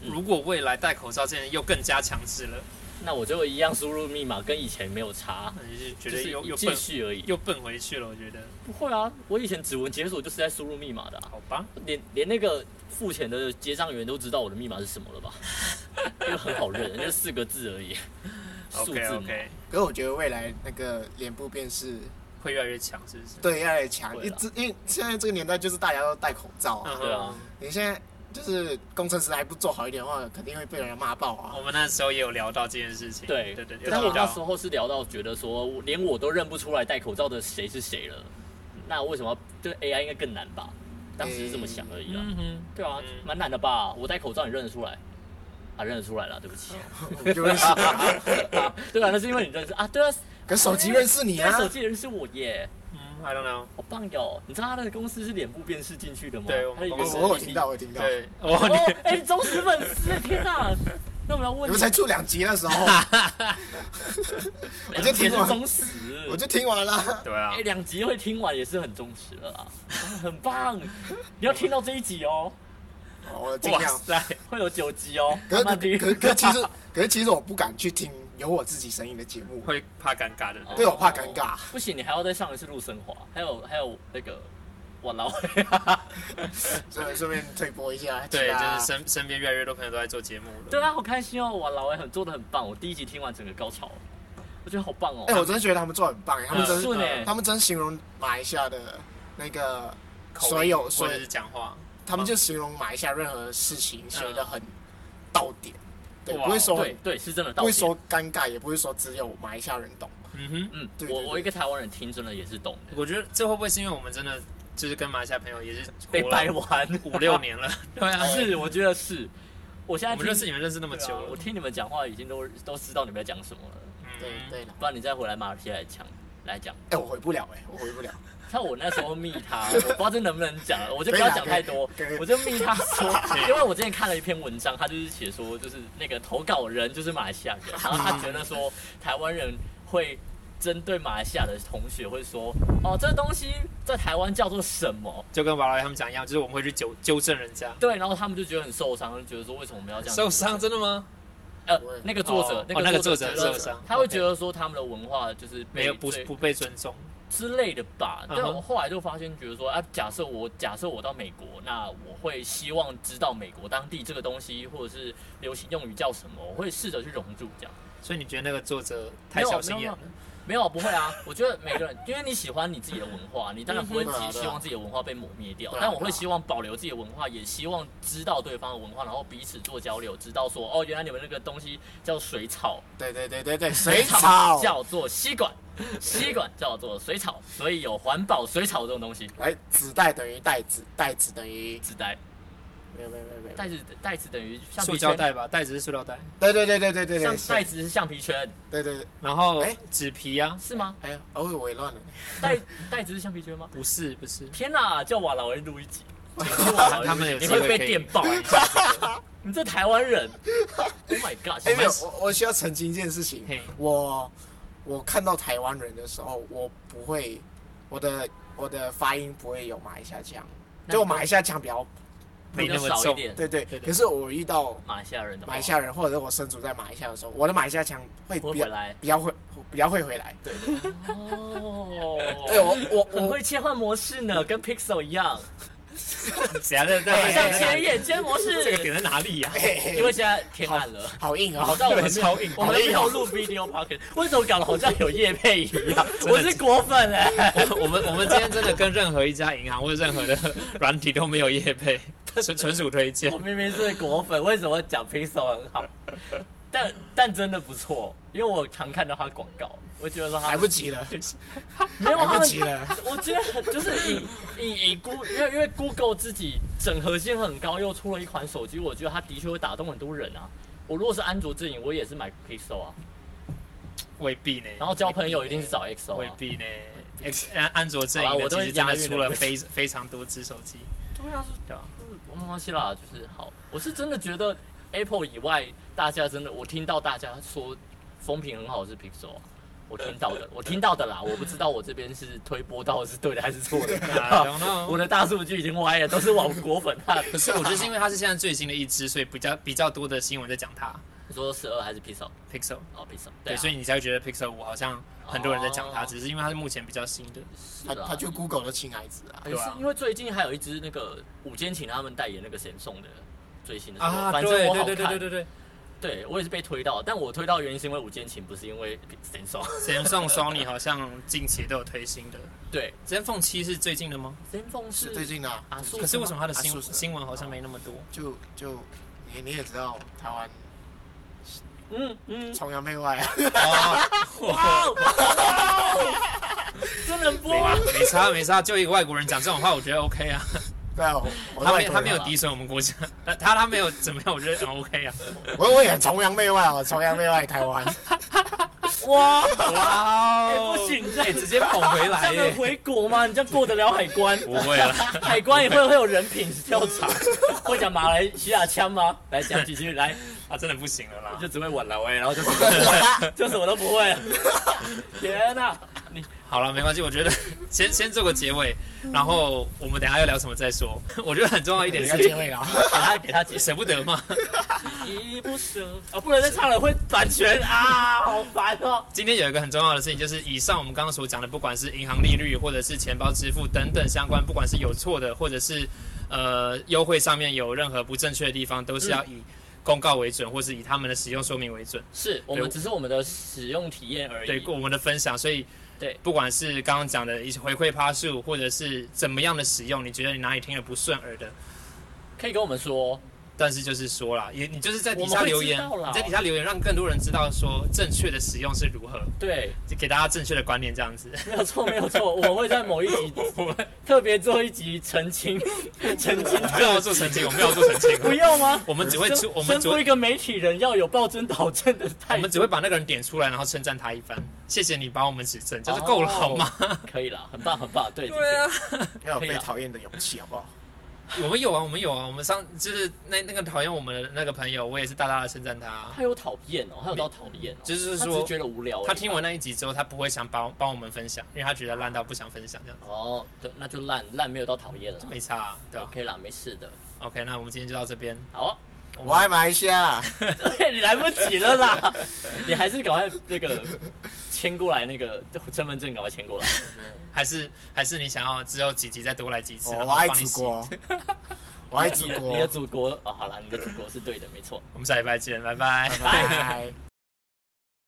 [SPEAKER 4] 如果未来戴口罩这件又更加强制了，
[SPEAKER 2] 那我就一样输入密码，跟以前没有差，
[SPEAKER 4] 那就是觉
[SPEAKER 2] 就
[SPEAKER 4] 得
[SPEAKER 2] 是
[SPEAKER 4] 又又
[SPEAKER 2] 继
[SPEAKER 4] 笨
[SPEAKER 2] 续而已。
[SPEAKER 4] 又笨回去了。我觉得，
[SPEAKER 2] 不会啊，我以前指纹解锁就是在输入密码的啊、
[SPEAKER 4] 好吧，
[SPEAKER 2] 连连那个付钱的结账员都知道我的密码是什么了吧？ *laughs* 因为很好认，就四个字而已，数
[SPEAKER 4] OK
[SPEAKER 2] 字嘛。
[SPEAKER 4] OK，
[SPEAKER 3] 可是我觉得未来那个脸部辨识
[SPEAKER 4] 会越来越强，是不是？
[SPEAKER 3] 对越来越强，
[SPEAKER 2] 会啦
[SPEAKER 3] 一直因为现在这个年代就是大家都戴口罩啊，
[SPEAKER 4] 嗯哼
[SPEAKER 2] 对啊，
[SPEAKER 3] 你现在就是工程师还不做好一点的话，肯定会被人骂爆啊
[SPEAKER 2] 哦
[SPEAKER 3] *laughs*
[SPEAKER 4] 我。们那时候也有聊到这件事情，
[SPEAKER 2] 对
[SPEAKER 4] 对对，有
[SPEAKER 2] 但我
[SPEAKER 4] 提
[SPEAKER 2] 那
[SPEAKER 4] 到
[SPEAKER 2] 时候是聊到觉得说，我连我都认不出来戴口罩的谁是谁了，那为什么对 AI 应该更难吧？当时是这么想而已啦。
[SPEAKER 1] 嗯哼，
[SPEAKER 2] 对啊
[SPEAKER 4] 嗯，
[SPEAKER 2] 蛮难的吧？我戴口罩你认得出来？啊，认得出来了，对不起。
[SPEAKER 3] 我就认
[SPEAKER 2] *laughs*
[SPEAKER 3] 识，
[SPEAKER 4] 哦
[SPEAKER 2] 对啊，那是因为你认识啊，对啊，
[SPEAKER 3] 可手机认识你
[SPEAKER 2] 对啊
[SPEAKER 3] 啊，
[SPEAKER 2] 手机认识我耶，
[SPEAKER 4] 嗯，I don't know，
[SPEAKER 2] 好棒哟！你知道他的公司是脸部辨识进去的吗？
[SPEAKER 4] 对我
[SPEAKER 2] 他的
[SPEAKER 4] 们
[SPEAKER 2] 原
[SPEAKER 3] 我
[SPEAKER 2] 始
[SPEAKER 3] 我有
[SPEAKER 2] APP
[SPEAKER 3] 听到，我有听到，
[SPEAKER 4] 对，
[SPEAKER 1] 哦，你
[SPEAKER 2] 哦，哎、忠实粉丝，天哪！那我们要
[SPEAKER 3] 你
[SPEAKER 2] 问
[SPEAKER 3] 们才出两集的时
[SPEAKER 2] *laughs*
[SPEAKER 3] 候，我就
[SPEAKER 2] 也
[SPEAKER 3] 听
[SPEAKER 2] 是
[SPEAKER 3] 完，
[SPEAKER 2] 忠实，
[SPEAKER 3] 我就听完了。
[SPEAKER 4] *laughs* 对啊
[SPEAKER 2] 哎，两、集会听完也是很忠实
[SPEAKER 3] *laughs*
[SPEAKER 2] 了啦，很棒！你要听到这一集哦，
[SPEAKER 3] 我尽
[SPEAKER 4] 哇
[SPEAKER 3] 量。
[SPEAKER 4] 塞，
[SPEAKER 2] 会有九集哦，
[SPEAKER 3] 可
[SPEAKER 2] 慢
[SPEAKER 3] 是
[SPEAKER 2] 慢听。
[SPEAKER 3] 可可其实可是其实我不敢去听有我自己声音的节
[SPEAKER 2] *laughs*
[SPEAKER 3] 目，
[SPEAKER 4] 会怕尴尬的，
[SPEAKER 3] 对我怕尴尬。
[SPEAKER 2] 不行，你还要再上一次陆生华，还有还有那个我老，
[SPEAKER 3] 顺便顺便推播一下。
[SPEAKER 4] 对，
[SPEAKER 3] 其他
[SPEAKER 4] 就是身身边越来越多朋友都在做节目了，
[SPEAKER 2] *laughs* 对啊，好开心哦，我老哎很做的很棒，我第一集听完整个高潮，我觉得好棒哦，
[SPEAKER 3] 哎、我真的觉得他们做的很棒，哎他们
[SPEAKER 2] 很
[SPEAKER 3] 真
[SPEAKER 2] 顺哎、
[SPEAKER 3] 他们真形容马来西亚的那个
[SPEAKER 4] 口音
[SPEAKER 3] 所有
[SPEAKER 4] 或
[SPEAKER 3] 所
[SPEAKER 4] 者
[SPEAKER 3] 有
[SPEAKER 4] 是，讲话，
[SPEAKER 3] 他们就形容马来西亚任何事情写的很到点，对，
[SPEAKER 4] 哇
[SPEAKER 3] 不会说
[SPEAKER 2] 对对，是真的道
[SPEAKER 3] 不会
[SPEAKER 2] 歉。
[SPEAKER 3] 说尴尬，也不会说只有马来西亚人懂。
[SPEAKER 4] 嗯哼，
[SPEAKER 2] 嗯，
[SPEAKER 3] 对
[SPEAKER 2] 我
[SPEAKER 3] 对
[SPEAKER 2] 我一个台湾人听真的也是懂的，
[SPEAKER 4] 我觉得这会不会是因为我们真的就是跟马来西亚朋友也是
[SPEAKER 2] 被
[SPEAKER 4] 活了
[SPEAKER 2] 掰弯
[SPEAKER 3] *laughs*
[SPEAKER 4] 五六年了，对
[SPEAKER 2] *laughs*
[SPEAKER 4] 啊，
[SPEAKER 2] 是，我觉得是。我现在
[SPEAKER 4] 我们认识
[SPEAKER 2] 听
[SPEAKER 4] 你们认识那么
[SPEAKER 2] 对啊
[SPEAKER 4] 久了
[SPEAKER 2] 我，听你们讲话已经都都知道你们要讲什么了，
[SPEAKER 3] 对
[SPEAKER 4] 嗯
[SPEAKER 3] 对了，
[SPEAKER 2] 不然你再回来马来西亚来讲来讲。
[SPEAKER 3] 哎、我回不了哎、我回不了。
[SPEAKER 2] 像我那时候密
[SPEAKER 3] *laughs*
[SPEAKER 2] 他，我不知道这能不能讲，我就不要讲太多
[SPEAKER 3] 可以可以，
[SPEAKER 2] 我就密他说，因为我之前看了一篇文章，他就是写说，就是那个投稿人就是马来西亚人，然后他觉得
[SPEAKER 4] 嗯
[SPEAKER 2] 说台湾人会针对马来西亚的同学会说，哦，这东西在台湾叫做什么？
[SPEAKER 4] 就跟娃娃他们讲一样，就是我们会去纠纠正人家。
[SPEAKER 2] 对，然后他们就觉得很受伤，就觉得说为什么我们要这样？
[SPEAKER 4] 受伤真的吗？
[SPEAKER 2] 呃
[SPEAKER 3] 不会，
[SPEAKER 2] 那个作者
[SPEAKER 4] 哦，哦那个作者
[SPEAKER 2] 者觉得
[SPEAKER 4] 受伤
[SPEAKER 2] 他会觉得说他们的文化就是被
[SPEAKER 4] 没有，不
[SPEAKER 2] 最
[SPEAKER 4] 不被尊重。
[SPEAKER 2] 之类的吧。
[SPEAKER 4] 嗯哼
[SPEAKER 2] 但我后来就发现，觉得说啊，假设我假设我到美国，那我会希望知道美国当地这个东西或者是流行用语叫什么，我会试着去融入这样。
[SPEAKER 4] 所以你觉得那个作者太小心眼了？
[SPEAKER 2] 没有，不会
[SPEAKER 3] *laughs*
[SPEAKER 2] 啊。我觉得每个人，因为你喜欢你自己的文化，你当然不会
[SPEAKER 3] 嗯哼对啊
[SPEAKER 2] 自己
[SPEAKER 3] 对啊
[SPEAKER 2] 希望自己的文化被抹灭掉
[SPEAKER 3] 对。啊
[SPEAKER 2] 但我会希望保留自己的文化，也希望知道对方的文化，然后彼此做交流，知道说哦，原来你们那个东西叫水草，
[SPEAKER 3] 对对对对对，水
[SPEAKER 2] 草
[SPEAKER 3] 草。
[SPEAKER 2] 叫做吸管，吸管叫做水草，所以有环保水草这种东西。
[SPEAKER 3] 来，纸袋等于袋子，袋子等于
[SPEAKER 2] 纸袋，
[SPEAKER 3] 没有没有没有没有。
[SPEAKER 2] 袋子袋子等于橡
[SPEAKER 4] 塑
[SPEAKER 2] 皮
[SPEAKER 4] 胶
[SPEAKER 2] 圈，
[SPEAKER 4] 袋吧，袋子是塑料袋，
[SPEAKER 3] 对对对对对对对
[SPEAKER 2] 像袋
[SPEAKER 3] 对
[SPEAKER 2] 子是橡皮圈
[SPEAKER 3] 对对，
[SPEAKER 4] 然后
[SPEAKER 3] 哎
[SPEAKER 4] 纸皮啊，
[SPEAKER 2] 是吗？
[SPEAKER 3] 哎呀，哦，我也乱了。
[SPEAKER 2] 袋袋子是橡皮圈吗？
[SPEAKER 4] 不是不是，
[SPEAKER 2] 天哪，叫瓦老人录一集，叫瓦劳
[SPEAKER 4] 他们有
[SPEAKER 2] 你
[SPEAKER 4] 机
[SPEAKER 2] 会
[SPEAKER 4] 会
[SPEAKER 2] 被
[SPEAKER 4] 可以
[SPEAKER 2] 电爆，你知道吗你这台湾人，Oh my God！
[SPEAKER 3] 哎、没有，
[SPEAKER 2] 什么
[SPEAKER 3] 我我需要澄清一件事情
[SPEAKER 4] 嘿。
[SPEAKER 3] 我我看到台湾人的时候，我不会，我的我的发音不会有马来西亚腔，
[SPEAKER 2] 那你
[SPEAKER 3] 就我马来西亚腔比较
[SPEAKER 1] 力
[SPEAKER 2] 比
[SPEAKER 1] 那
[SPEAKER 2] 较
[SPEAKER 1] 么
[SPEAKER 2] 少一
[SPEAKER 1] 重 *laughs*
[SPEAKER 2] 点。
[SPEAKER 3] 对对
[SPEAKER 4] 对对
[SPEAKER 3] 可是我遇到
[SPEAKER 2] 马来西亚人的话
[SPEAKER 3] 马来西亚人，或者是我身处在马来西亚的时候，我的马来西亚腔会
[SPEAKER 2] 会
[SPEAKER 3] 比
[SPEAKER 2] 回
[SPEAKER 3] 较
[SPEAKER 2] 来
[SPEAKER 3] 比较会比较会回来。对，对
[SPEAKER 2] 哦，
[SPEAKER 3] 我我
[SPEAKER 2] *laughs* 很
[SPEAKER 3] 我
[SPEAKER 2] 会切换模式呢，跟 Pixel 一样，
[SPEAKER 1] 谁啊？这
[SPEAKER 2] 很像前
[SPEAKER 1] 这
[SPEAKER 2] 眼间模式。
[SPEAKER 1] 这个点在哪里
[SPEAKER 2] *laughs*
[SPEAKER 1] 呀？
[SPEAKER 3] 嘿嘿
[SPEAKER 2] 因为现在天暗了。
[SPEAKER 3] 好硬
[SPEAKER 2] 好
[SPEAKER 3] 哦，
[SPEAKER 2] 到我们没有
[SPEAKER 1] 对超硬
[SPEAKER 2] 我们没有录 video p o c k e t 为什么搞得好像有叶配一样？我是果粉哎、
[SPEAKER 1] 我们我们今天真的跟任何一家银行或者任何的 *laughs* 软体都没有业配，纯纯属推荐
[SPEAKER 2] 我。明明是果粉，为什么讲 Pixel 很好？但但真的不错，因为我常看到他广告，我觉得说他
[SPEAKER 3] 来不及了，
[SPEAKER 2] 没有啊
[SPEAKER 3] 来
[SPEAKER 2] 他
[SPEAKER 3] 不
[SPEAKER 2] 们
[SPEAKER 3] 及了。
[SPEAKER 2] 我觉得很就是以以以 g 因为因为 Google 自己整合性很高，又出了一款手机，我觉得它的确会打动很多人啊。我如果是安卓阵营，我也是买 Pixel 啊，
[SPEAKER 1] 未必呢。
[SPEAKER 2] 然后交朋友一定是找 XO
[SPEAKER 1] 未
[SPEAKER 2] 啊。
[SPEAKER 1] 必呢。X 安安卓阵营
[SPEAKER 2] 好啦
[SPEAKER 1] 的
[SPEAKER 2] 我都
[SPEAKER 1] 其
[SPEAKER 2] 会
[SPEAKER 1] 实真
[SPEAKER 2] 押
[SPEAKER 1] 的
[SPEAKER 2] 韵
[SPEAKER 1] 出
[SPEAKER 2] 的
[SPEAKER 1] 了非非常多只手
[SPEAKER 2] *laughs*
[SPEAKER 1] 机，
[SPEAKER 2] 对啊，
[SPEAKER 1] 对吧？
[SPEAKER 2] 嗯我忘记了，就是好，我是真的觉得 Apple 以外，大家真的，我听到大家说风评很好是 Pixel 啊。我听到的，我听到的啦，我不知道我这边是推播到底是对的还是错
[SPEAKER 1] *laughs*
[SPEAKER 2] 的
[SPEAKER 1] I don't know
[SPEAKER 2] 我的大数据已经歪了，都是往果粉啊
[SPEAKER 1] *laughs*
[SPEAKER 2] 那里。
[SPEAKER 1] 可是我觉得是因为它是现在最新的一只，所以比较比较多的新闻在讲它
[SPEAKER 2] 你说十二还是 Pixel？
[SPEAKER 1] Pixel。
[SPEAKER 2] 哦，Pixel，
[SPEAKER 1] 对，
[SPEAKER 2] 啊
[SPEAKER 1] 所以你才会觉得 Pixel 五好像很多人在讲它，
[SPEAKER 2] 哦
[SPEAKER 1] 只是因为它是目前比较新的。
[SPEAKER 2] 是
[SPEAKER 3] 他
[SPEAKER 2] 啊
[SPEAKER 3] 他就 Google 的亲孩子啊，
[SPEAKER 2] 也
[SPEAKER 1] 对
[SPEAKER 2] 是
[SPEAKER 1] 啊
[SPEAKER 2] 因为最近还有一支那个午间请他们代言那个神送的最新的时候
[SPEAKER 1] 啊，
[SPEAKER 2] 反
[SPEAKER 1] 对
[SPEAKER 2] 正我
[SPEAKER 1] 对
[SPEAKER 2] 好
[SPEAKER 1] 对对对对
[SPEAKER 2] 看，
[SPEAKER 1] 对
[SPEAKER 2] 对我也是被推到，但我推到的原因是因为午间请，不是因为神送。
[SPEAKER 1] ，Samsung、Sony 好像近期都有推新的。
[SPEAKER 2] *laughs* 对，
[SPEAKER 1] iPhone 七是最近的吗？
[SPEAKER 2] 神送是
[SPEAKER 3] 是最近的啊
[SPEAKER 2] 啊，
[SPEAKER 1] 可是为什么它的新
[SPEAKER 3] 啊是的
[SPEAKER 1] 新闻好像没那么多？
[SPEAKER 3] 就就你你也知道台湾
[SPEAKER 2] 嗯嗯，
[SPEAKER 3] 崇洋媚外啊， *laughs*
[SPEAKER 2] 哇哦，真能播吗？
[SPEAKER 1] 没差没差，就一个外国人讲这种话，我觉得 OK 啊。
[SPEAKER 3] 对啊，我我
[SPEAKER 1] 他
[SPEAKER 3] 外
[SPEAKER 1] 没
[SPEAKER 3] 国人
[SPEAKER 1] 他没有
[SPEAKER 3] 啊
[SPEAKER 1] 敌损我们国家，他他他没有怎么样，我觉得很 OK 啊。
[SPEAKER 3] 我我也崇洋媚外哦，崇洋媚外台湾，
[SPEAKER 2] 哇，
[SPEAKER 1] *laughs* 哇
[SPEAKER 2] *laughs*
[SPEAKER 1] 哦 *laughs*
[SPEAKER 2] 哎不行这
[SPEAKER 1] 哎直接捧回来
[SPEAKER 2] 这样能
[SPEAKER 1] 耶！
[SPEAKER 2] 回国吗？你这样过得了海关？
[SPEAKER 1] 不会啦，
[SPEAKER 2] *laughs* 海关也会会有人品调查，会讲马来西亚腔吗？来讲几句来。
[SPEAKER 1] 他啊真的不行了啦。
[SPEAKER 2] 就只会晚来喂，然后就什么都不 *laughs* 会，就什么都不会。天哪、你
[SPEAKER 1] 好了，没关系，我觉 *laughs* 得先先做个结尾，然后我们等一下要聊什么再说。我觉得很重要一点
[SPEAKER 3] 你要
[SPEAKER 1] 是
[SPEAKER 3] 结尾了啊，
[SPEAKER 2] 给他给他解释，
[SPEAKER 1] 舍不得嘛。
[SPEAKER 2] 依依不舍啊、不能再唱了，会版权啊，好烦哦。
[SPEAKER 1] 今天有一个很重要的事情，就是以上我们刚刚所讲的，不管是银行利率或者是钱包支付等等相关，不管是有错的，或者是呃优惠上面有任何不正确的地方，都是要以公告为准，或是以他们的使用说明为准。
[SPEAKER 2] 是我们只是我们的使用体验而已。
[SPEAKER 1] 对我们的分享，所以
[SPEAKER 2] 对
[SPEAKER 1] 不管是刚刚讲的一些回馈趴数，或者是怎么样的使用，你觉得你哪里听了不顺耳的，
[SPEAKER 2] 可以跟我们说，
[SPEAKER 1] 但是就是说啦，也你就是在底
[SPEAKER 2] 我们
[SPEAKER 1] 下
[SPEAKER 2] 会
[SPEAKER 1] 留言
[SPEAKER 2] 知道啦，
[SPEAKER 1] 你在底下留言，让更多人知道说正确的使用是如何，
[SPEAKER 2] 对，
[SPEAKER 1] 就给大家正确的观念这样
[SPEAKER 2] *laughs*
[SPEAKER 1] 子。
[SPEAKER 2] 没
[SPEAKER 1] *laughs*
[SPEAKER 2] 有错，没有错，我会在某一集特别做一集澄清，
[SPEAKER 1] *laughs*
[SPEAKER 2] 澄清。
[SPEAKER 1] 不要做澄清，我们不要做澄清，
[SPEAKER 2] 不要吗？
[SPEAKER 1] 我们只会
[SPEAKER 2] 身
[SPEAKER 1] 出，我们
[SPEAKER 2] 身
[SPEAKER 1] 只
[SPEAKER 2] 为一
[SPEAKER 1] 会，
[SPEAKER 2] 个媒体人要有暴政导正的
[SPEAKER 1] 我
[SPEAKER 2] 态度。
[SPEAKER 1] 们只会把那个人点出来，然后称赞他一番。谢谢你帮我们指正，
[SPEAKER 3] 哦
[SPEAKER 1] 就是够了好吗？
[SPEAKER 2] 可以了，很棒，很棒，对，
[SPEAKER 1] 啊，
[SPEAKER 3] 要有
[SPEAKER 2] 可以
[SPEAKER 3] 被
[SPEAKER 2] 啊
[SPEAKER 3] 讨厌的勇气，好不好？
[SPEAKER 1] *laughs* 我们有啊，我们有啊，我们上就是那那个讨厌我们的那个朋友，我也是大大的称赞他啊。
[SPEAKER 2] 他有讨厌哦，他有到讨厌哦，
[SPEAKER 1] 就是
[SPEAKER 2] 他
[SPEAKER 1] 说
[SPEAKER 2] 只是觉得无聊而已
[SPEAKER 1] 他
[SPEAKER 2] 吧。
[SPEAKER 1] 听完那一集之后，他不会想帮帮我们分享，因为他觉得烂到不想分享这样子，
[SPEAKER 2] 哦，对，那就烂烂没有到讨厌了，
[SPEAKER 1] 没差、啊，对吧、
[SPEAKER 2] OK 啦，没事的。
[SPEAKER 1] OK，那我们今天就到这边， *laughs*
[SPEAKER 2] 好， *laughs*
[SPEAKER 3] 我爱马来西亚，
[SPEAKER 2] 你来不及了啦，你还是赶快那个签过来，那个身份证赶快签过来。
[SPEAKER 1] 还是还是你想要之后几集再多来几次，然
[SPEAKER 3] 哦我
[SPEAKER 1] 后
[SPEAKER 3] 爱
[SPEAKER 1] 帮你
[SPEAKER 3] 祖
[SPEAKER 1] 洗。
[SPEAKER 3] 国，我爱
[SPEAKER 2] *laughs*
[SPEAKER 3] 祖
[SPEAKER 2] 你的
[SPEAKER 3] 国，
[SPEAKER 2] 祖国哦，好啦，你的祖国是对的，没错。
[SPEAKER 1] 我们下礼拜见，拜拜
[SPEAKER 3] 拜拜。